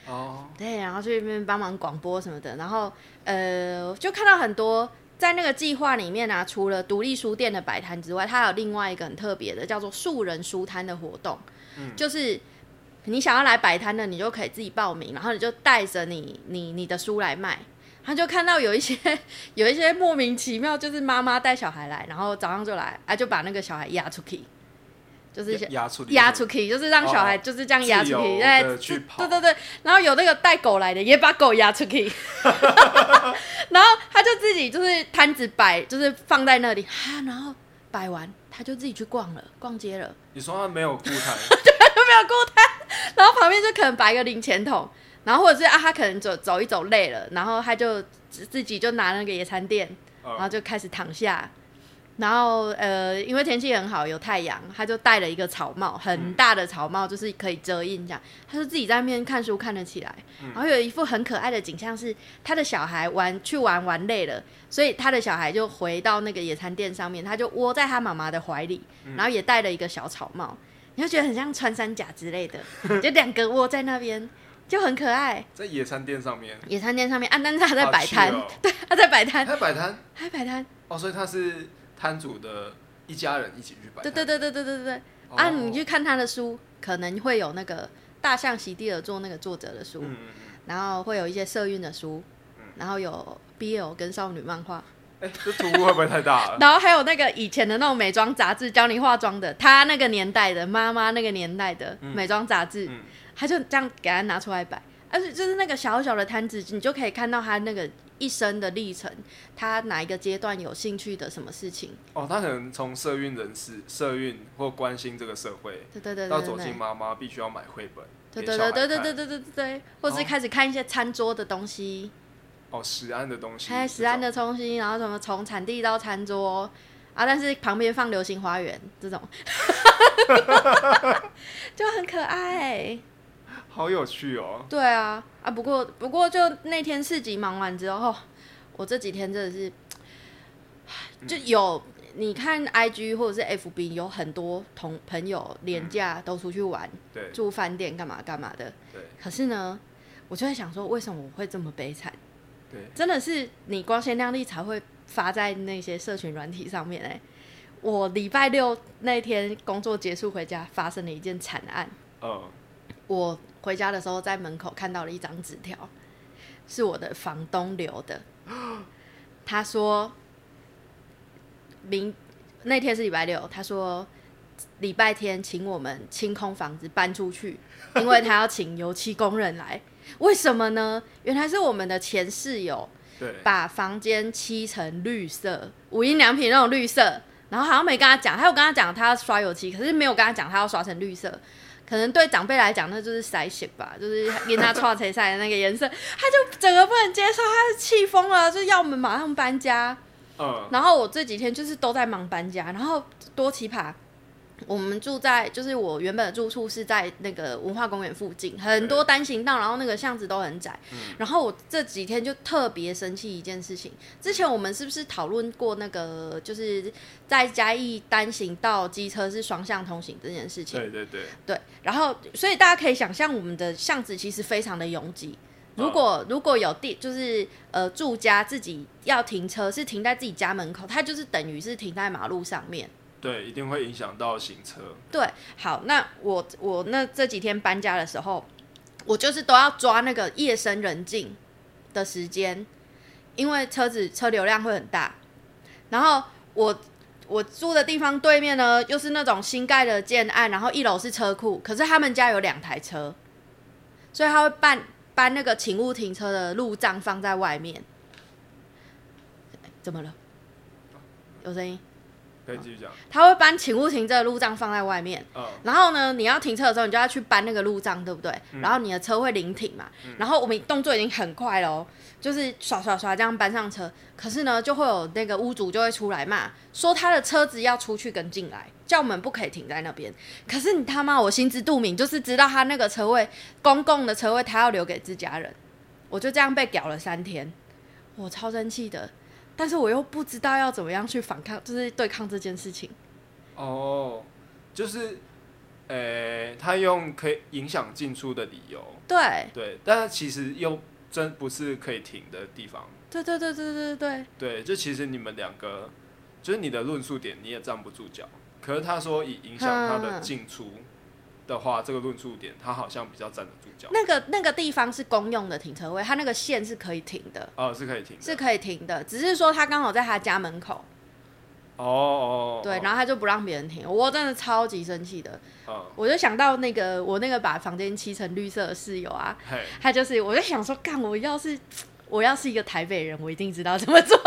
S2: 哦，
S1: 对，然后去那边帮忙广播什么的，然后呃，就看到很多在那个计划里面啊，除了独立书店的摆摊之外，它还有另外一个很特别的，叫做素人书摊的活动，
S2: 嗯
S1: 就是。你想要来摆摊的，你就可以自己报名，然后你就带着你你你的书来卖。他就看到有一些 有一些莫名其妙，就是妈妈带小孩来，然后早上就来，啊，就把那个小孩压出去，就是
S2: 压压出
S1: 压出去，就是让小孩
S2: 哦
S1: 就是这样压出
S2: 自由
S1: 去，
S2: 地
S1: 哎、
S2: 去
S1: 对
S2: 跑
S1: 对对对，然后有那个带狗来的也把狗压出 去，然后他就自己就是摊子摆，就是放在那里啊，然后摆完他就自己去逛了，逛街了，
S2: 你说他没有固 态，
S1: 都没有顾他，然后旁边就可能摆一个零钱桶，然后或者是啊他可能走走一走累了，然后他就自自己就拿那个野餐垫，然后
S2: 嗯
S1: 就开始躺下，然后呃，因为天气很好，有太阳，他就戴了一个草帽，很大的草帽，就是可以遮阴这样。他就自己在那边看书看了起来，
S2: 嗯
S1: 然后有一副很可爱的景象是，他的小孩玩去玩玩累了，所以他的小孩就回到那个野餐垫上面，他就窝在他妈妈的怀里，
S2: 嗯
S1: 然后也戴了一个小草帽，你就觉得很像穿山甲之类的，就两个窝在那边。就很可爱，
S2: 在野餐垫上面，
S1: 野餐垫上面，啊，但是他在
S2: 好
S1: 摆
S2: 气
S1: 摊，
S2: 哦
S1: 对，他在摆
S2: 他
S1: 摊，
S2: 在摆摊
S1: 他在摆摊，
S2: 哦，所以他是摊主的一家人一起去摆摊，
S1: 对对对对对对对，
S2: 哦
S1: 啊，你去看他的书，可能会有那个《大象席地而坐》那个作者的书，
S2: 嗯嗯嗯，
S1: 然后会有一些社运的书，然后有 BL 跟少女漫画，
S2: 哎，这图会不会太大 了？
S1: 然后还有那个以前的那种美妆杂志，教你化妆的，他那个年代的妈妈那个年代的
S2: 嗯
S1: 美妆杂志，
S2: 嗯
S1: 他就这样给他拿出来摆，而且就是那个小小的摊子，你就可以看到他那个一生的历程，他哪一个阶段有兴趣的什么事情，
S2: 哦，他可能从社运人士、社运或关心这个社会，
S1: 对对对对
S2: 到
S1: 对
S2: 走
S1: 对
S2: 进妈妈必须要买绘本，
S1: 对
S2: 给
S1: 对
S2: 小孩
S1: 对对对
S2: 看
S1: 对对对对对，或是
S2: 哦
S1: 开始看一些餐桌的东西，
S2: 哦，食安的东西，
S1: 开始哎安的东西，然后什么从产地到餐桌啊，但是旁边放流星花园这种， 就很可爱。
S2: 这种好有趣哦。
S1: 对啊啊，不过不过就那天市集忙完之后，我这几天真的是就有。你看 IG 或者是 FB 有很多同朋友廉价都出去玩，
S2: 对
S1: 住饭店干嘛干嘛的，
S2: 对
S1: 可是呢，我就在想说，为什么我会这么悲惨？
S2: 对，
S1: 真的是你光鲜亮丽才会发在那些社群软体上面哎、我礼拜六那天工作结束回家，发生了一件惨案。
S2: 嗯，
S1: 我回家的时候，在门口看到了一张纸条，是我的房东留的。他说，明那天是礼拜六，他说礼拜天请我们清空房子搬出去，因为他要请油漆工人来。为什么呢？原来是我们的前室友
S2: 对，
S1: 把房间漆成绿色，无印良品那种绿色。然后好像没跟他讲，他有跟他讲他要刷油漆，可是没有跟他讲他要刷成绿色。可能对长辈来讲，那就是塞血吧，就是跟他创谁塞的那个颜色， 他就整个不能接受，他是气疯了，就要我们马上搬家。
S2: 嗯
S1: 然后我这几天就是都在忙搬家，然后多奇葩。我们住在就是我原本的住处是在那个文化公园附近，很多单行道，然后那个巷子都很窄。然后我这几天就特别生气一件事情，之前我们是不是讨论过那个就是在嘉义单行道机车是双向通行这件事情？
S2: 对对对，
S1: 对，然后所以大家可以想象，我们的巷子其实非常的拥挤。如果如果有地，就是呃住家自己要停车，是停在自己家门口，它就是等于是停在马路上面。
S2: 对，一定会影响到行车。
S1: 对，好，那我我那这几天搬家的时候，我就是都要抓那个夜深人静的时间，因为车子车流量会很大。然后我我住的地方对面呢，又是那种新盖的建案，然后一楼是车库，可是他们家有两台车，所以他会办搬那个请勿停车的路障放在外面。怎么了？有声音？
S2: 可以继续讲。
S1: 他会搬请勿停车的路障放在外面，
S2: 嗯，
S1: 然后呢，你要停车的时候，你就要去搬那个路障，对不对？
S2: 嗯
S1: 然后你的车会临停嘛，然后我们动作已经很快喽，就是刷刷刷这样搬上车。可是呢，就会有那个屋主就会出来骂，说他的车子要出去跟进来，叫我们不可以停在那边。可是你他妈，我心知肚明，就是知道他那个车位公共的车位，他要留给自家人。我就这样被屌了三天，我超生气的。但是我又不知道要怎么样去反抗，就是对抗这件事情。
S2: 哦，就是，呃、他用可以影响进出的理由，
S1: 对，
S2: 对，但是其实又真不是可以停的地方，
S1: 对对对对对对
S2: 对，就其实你们两个，就是你的论述点你也站不住脚，可是他说以影响他的
S1: 嗯
S2: 进出的话，这个论述点他好像比较站得住脚，
S1: 那个那个地方是公用的停车位，它那个线是可以停的，
S2: 哦，是可以停的，
S1: 是可以停的，只是说他刚好在他家门口，
S2: 哦哦，哦
S1: 对，，然后他就不让别人停，我真的超级生气的，
S2: 嗯，
S1: 我就想到那个我那个把房间漆成绿色的室友啊，
S2: 嘿，
S1: 他就是，我就想说，干，我要是我要是一个台北人，我一定知道怎么做，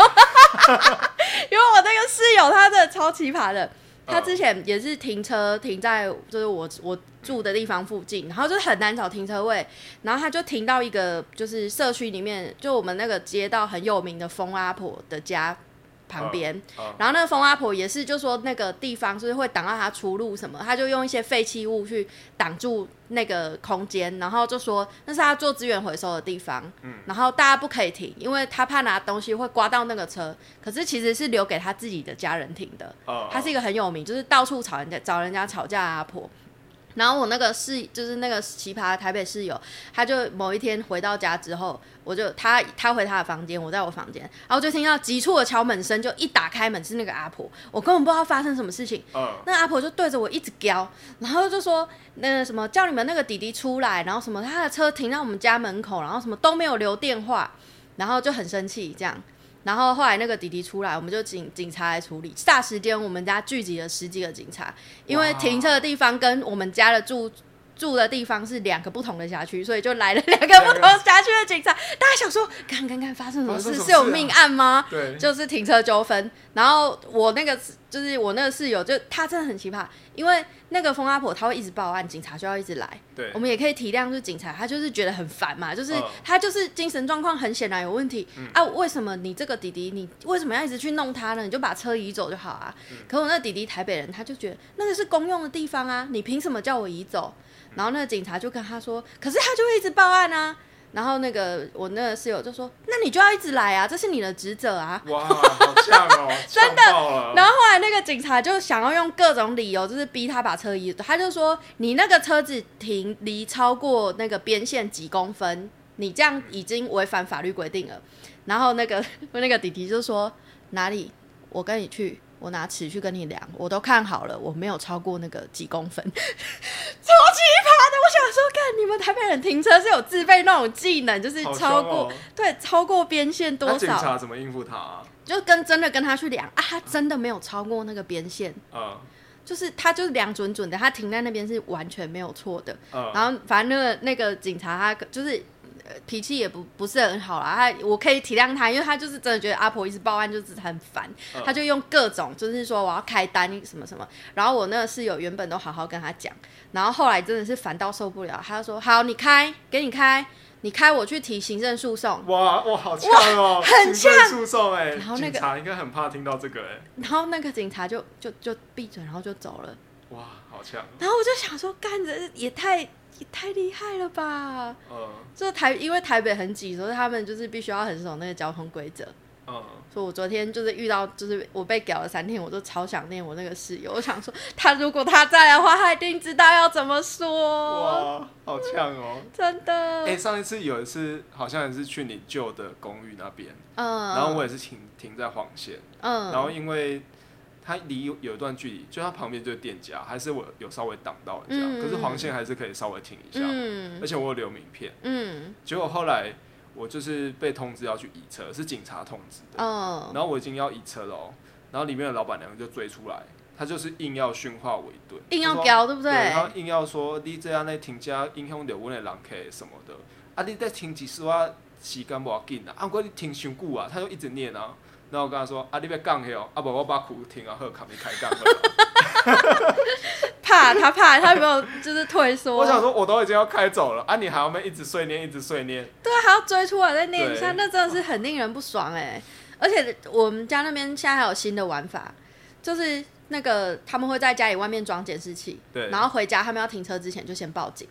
S1: 因为我那个室友他真的超奇葩的。
S2: 嗯
S1: 他之前也是停车停在就是我我住的地方附近，然后就是很难找停车位，然后他就停到一个就是社区里面，就我们那个街道很有名的风阿婆的家旁边，
S2: 嗯，
S1: 然后那个风阿婆也是，就说那个地方就是会挡到她出路什么，她就用一些废弃物去挡住那个空间，然后就说那是她做资源回收的地方，
S2: 嗯
S1: 然后大家不可以停，因为她怕拿东西会刮到那个车，可是其实是留给她自己的家人停的，
S2: 嗯，
S1: 她是一个很有名，就是到处吵人家找人家吵架的阿婆。然后我那个室就是那个奇葩的台北室友，他就某一天回到家之后，我就他他回他的房间，我在我房间，然后就听到急促的敲门声，就一打开门是那个阿婆，我根本不知道发生什么事情。
S2: 嗯，
S1: 那阿婆就对着我一直飙，然后就说那个什么叫你们那个弟弟出来，然后什么他的车停到我们家门口，然后什么都没有留电话，然后就很生气这样。然后后来那个弟弟出来，我们就警警察来处理。霎时间，我们家聚集了十几个警察，因为
S2: 哇
S1: 停车的地方跟我们家的住住的地方是两个不同的辖区，所以就来了两个不同辖区的警察。大家想说，看看看发生什么
S2: 发生
S1: 事？
S2: 什么
S1: 是有
S2: 事啊
S1: 命案吗？
S2: 对，
S1: 就是停车纠纷。然后我那个就是我那个室友，就他真的很奇葩，因为那个疯阿婆她会一直报案，警察就要一直来。
S2: 对
S1: 我，们也可以体谅，就是警察他就是觉得很烦嘛，就是
S2: 嗯
S1: 他就是精神状况很显然有问题、啊，为什么你这个弟弟你为什么要一直去弄他呢？你就把车移走就好啊。
S2: 嗯
S1: 可我那弟弟台北人，他就觉得那个是公用的地方啊，你凭什么叫我移走？然后那个警察就跟他说，可是他就会一直报案啊。然后那个我那个室友就说，那你就要一直来啊，这是你的职责啊。
S2: 哇，好像哦，
S1: 真
S2: 的，了
S1: 然后后来那个警察就想要用各种理由，就是逼他把车移，他就说你那个车子停离超过那个边线几公分，你这样已经违反法律规定了。然后那个 那个弟弟就说哪里，我跟你去，我拿尺去跟你量，我都看好了，我没有超过那个几公分，超 奇葩的。我想说，看你们台北人停车是有自备那种技能，就是
S2: 好
S1: 超
S2: 凶
S1: 过、
S2: 哦
S1: 对超过边线
S2: 那
S1: 多
S2: 警
S1: 少，
S2: 察怎么应付他啊？
S1: 就跟真的跟他去量啊，他真的没有超过那个边线。
S2: 嗯
S1: 就是他就是量准准的，他停在那边是完全没有错的。
S2: 嗯，
S1: 然后反正那个那个警察他就是、呃脾气也不不是很好啦，他我可以体谅他，因为他就是真的觉得阿婆一直报案就是很烦，
S2: 嗯
S1: 他就用各种就是说我要开单什么什么。然后我那个室友原本都好好跟他讲，然后后来真的是烦到受不了，他就说好你开给你开，你开我去提行政诉讼。
S2: 哇哇，好呛哦，
S1: 很
S2: 行政诉讼哎，
S1: 然后那个
S2: 警察应该很怕听到这个哎，
S1: 然后那个警察就就就闭嘴，然后就走了。
S2: 哇，好呛，
S1: 然后我就想说，干这也太也太厉害了吧！
S2: 嗯
S1: 就台因为台北很挤，所以他们就是必须要很守那个交通规则。
S2: 嗯，
S1: 所以我昨天就是遇到，就是我被屌了三天，我就超想念我那个室友。我想说，他如果他在的话，他一定知道要怎么说。
S2: 哇，好呛哦。
S1: 真的，
S2: 哎，上一次有一次好像也是去你旧的公寓那边，
S1: 嗯，
S2: 然后我也是停停在黄线，
S1: 嗯，
S2: 然后因为。它离有有一段距离，就它旁边就是店家，还是我有稍微挡到人家，
S1: 嗯
S2: 可是黄线还是可以稍微停一下，
S1: 嗯
S2: 而且我有留名片。
S1: 嗯
S2: 结果后来我就是被通知要去移车，是警察通知的，
S1: 嗯
S2: 然后我已经要移车了、哦，然后里面的老板娘就追出来，她就是硬要训话我一顿，
S1: 硬
S2: 她
S1: 要
S2: 说
S1: 屌，对不
S2: 对，
S1: 对？
S2: 他硬要说你这样咧停车影响到阮的人客什么的，啊，你再停几次我时间无要紧啊，啊，不过你停伤久啊，他就一直念啊，然后我跟他说啊，你要讲迄哦，啊，无我把苦停啊，好，卡你开讲好 了。
S1: 怕他怕他有没有就是退缩？
S2: 我想说我都已经要开走了啊，你还要们一直碎念一直碎念，
S1: 对啊，还要追出来再念一下，
S2: 对
S1: 那真的是很令人不爽哎、而且我们家那边现在还有新的玩法，就是那个他们会在家里外面装监视器，
S2: 对
S1: 然后回家他们要停车之前就先报警，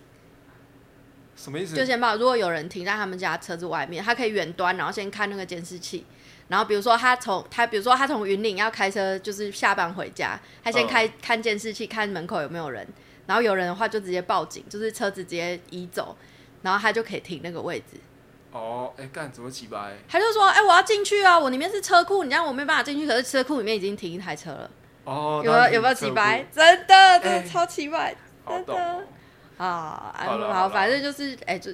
S2: 什么意思？
S1: 就先报。如果有人停在他们家车子外面，他可以远端然后先看那个监视器。然后比如说他从他比如说他从云岭要开车，就是下班回家，他先
S2: 嗯
S1: 开、看监视器，看门口有没有人，然后有人的话就直接报警，就是车子直接移走，然后他就可以停那个位置。
S2: 哦，哎、干怎么几百？
S1: 他就说：“哎、我要进去啊，我里面是车库，你这样我没办法进去。可是车库里面已经停一台车了，
S2: 哦
S1: 有，没
S2: 那
S1: 有
S2: 你
S1: 有没有
S2: 车
S1: 几
S2: 库
S1: 百？真的，真
S2: 哎
S1: 的超奇怪
S2: 好
S1: 真的
S2: 懂哦、
S1: 啊！哎
S2: 好了好
S1: 好，
S2: 了
S1: 反正就是哎、就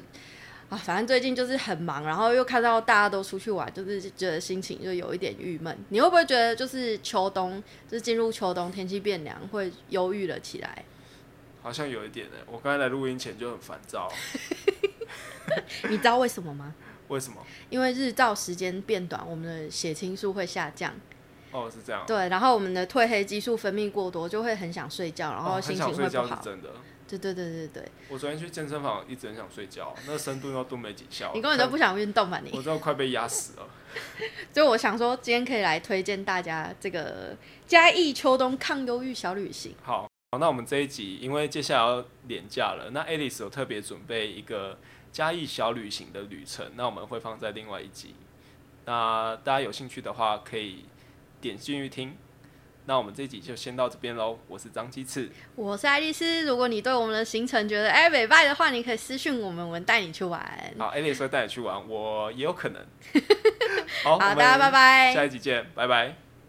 S1: 啊，反正最近就是很忙，然后又看到大家都出去玩，就是觉得心情就有一点郁闷。你会不会觉得就是秋冬，就是进入秋冬，天气变凉，会忧郁了起来？
S2: 好像有一点呢、我刚才来录音前就很烦躁，
S1: 你知道为什么吗？
S2: 为什么？
S1: 因为日照时间变短，我们的血清素会下降。”
S2: 哦，是这样。
S1: 对，然后我们的褪黑激素分泌过多，就会很想睡觉，然
S2: 哦
S1: 后
S2: 很
S1: 心
S2: 想
S1: 情会
S2: 睡
S1: 不
S2: 觉是
S1: 好。
S2: 真的。
S1: 对对对对对，
S2: 我昨天去健身房一直很想睡觉，那深蹲要蹲没几下，
S1: 你根本就不想运动吧
S2: 哦我
S1: 你？
S2: 真的快被压死了。
S1: 所以我想说，今天可以来推荐大家这个嘉义秋冬抗忧郁小旅行。
S2: 好，好那我们这一集因为接下来要廉价了，那 Alice 有特别准备一个嘉义小旅行的旅程，那我们会放在另外一集。那大家有兴趣的话，可以点进去听。那我们这一集就先到这边喽，我是张鸡翅，
S1: 我是爱丽丝，如果你对我们的行程觉得哎美拜的话，你可以私讯我们，我们带你去玩。
S2: 好，Alice 会带你去玩，我也有可能。好，我
S1: 好，
S2: 们
S1: 大家拜拜。
S2: 下一集见，拜拜。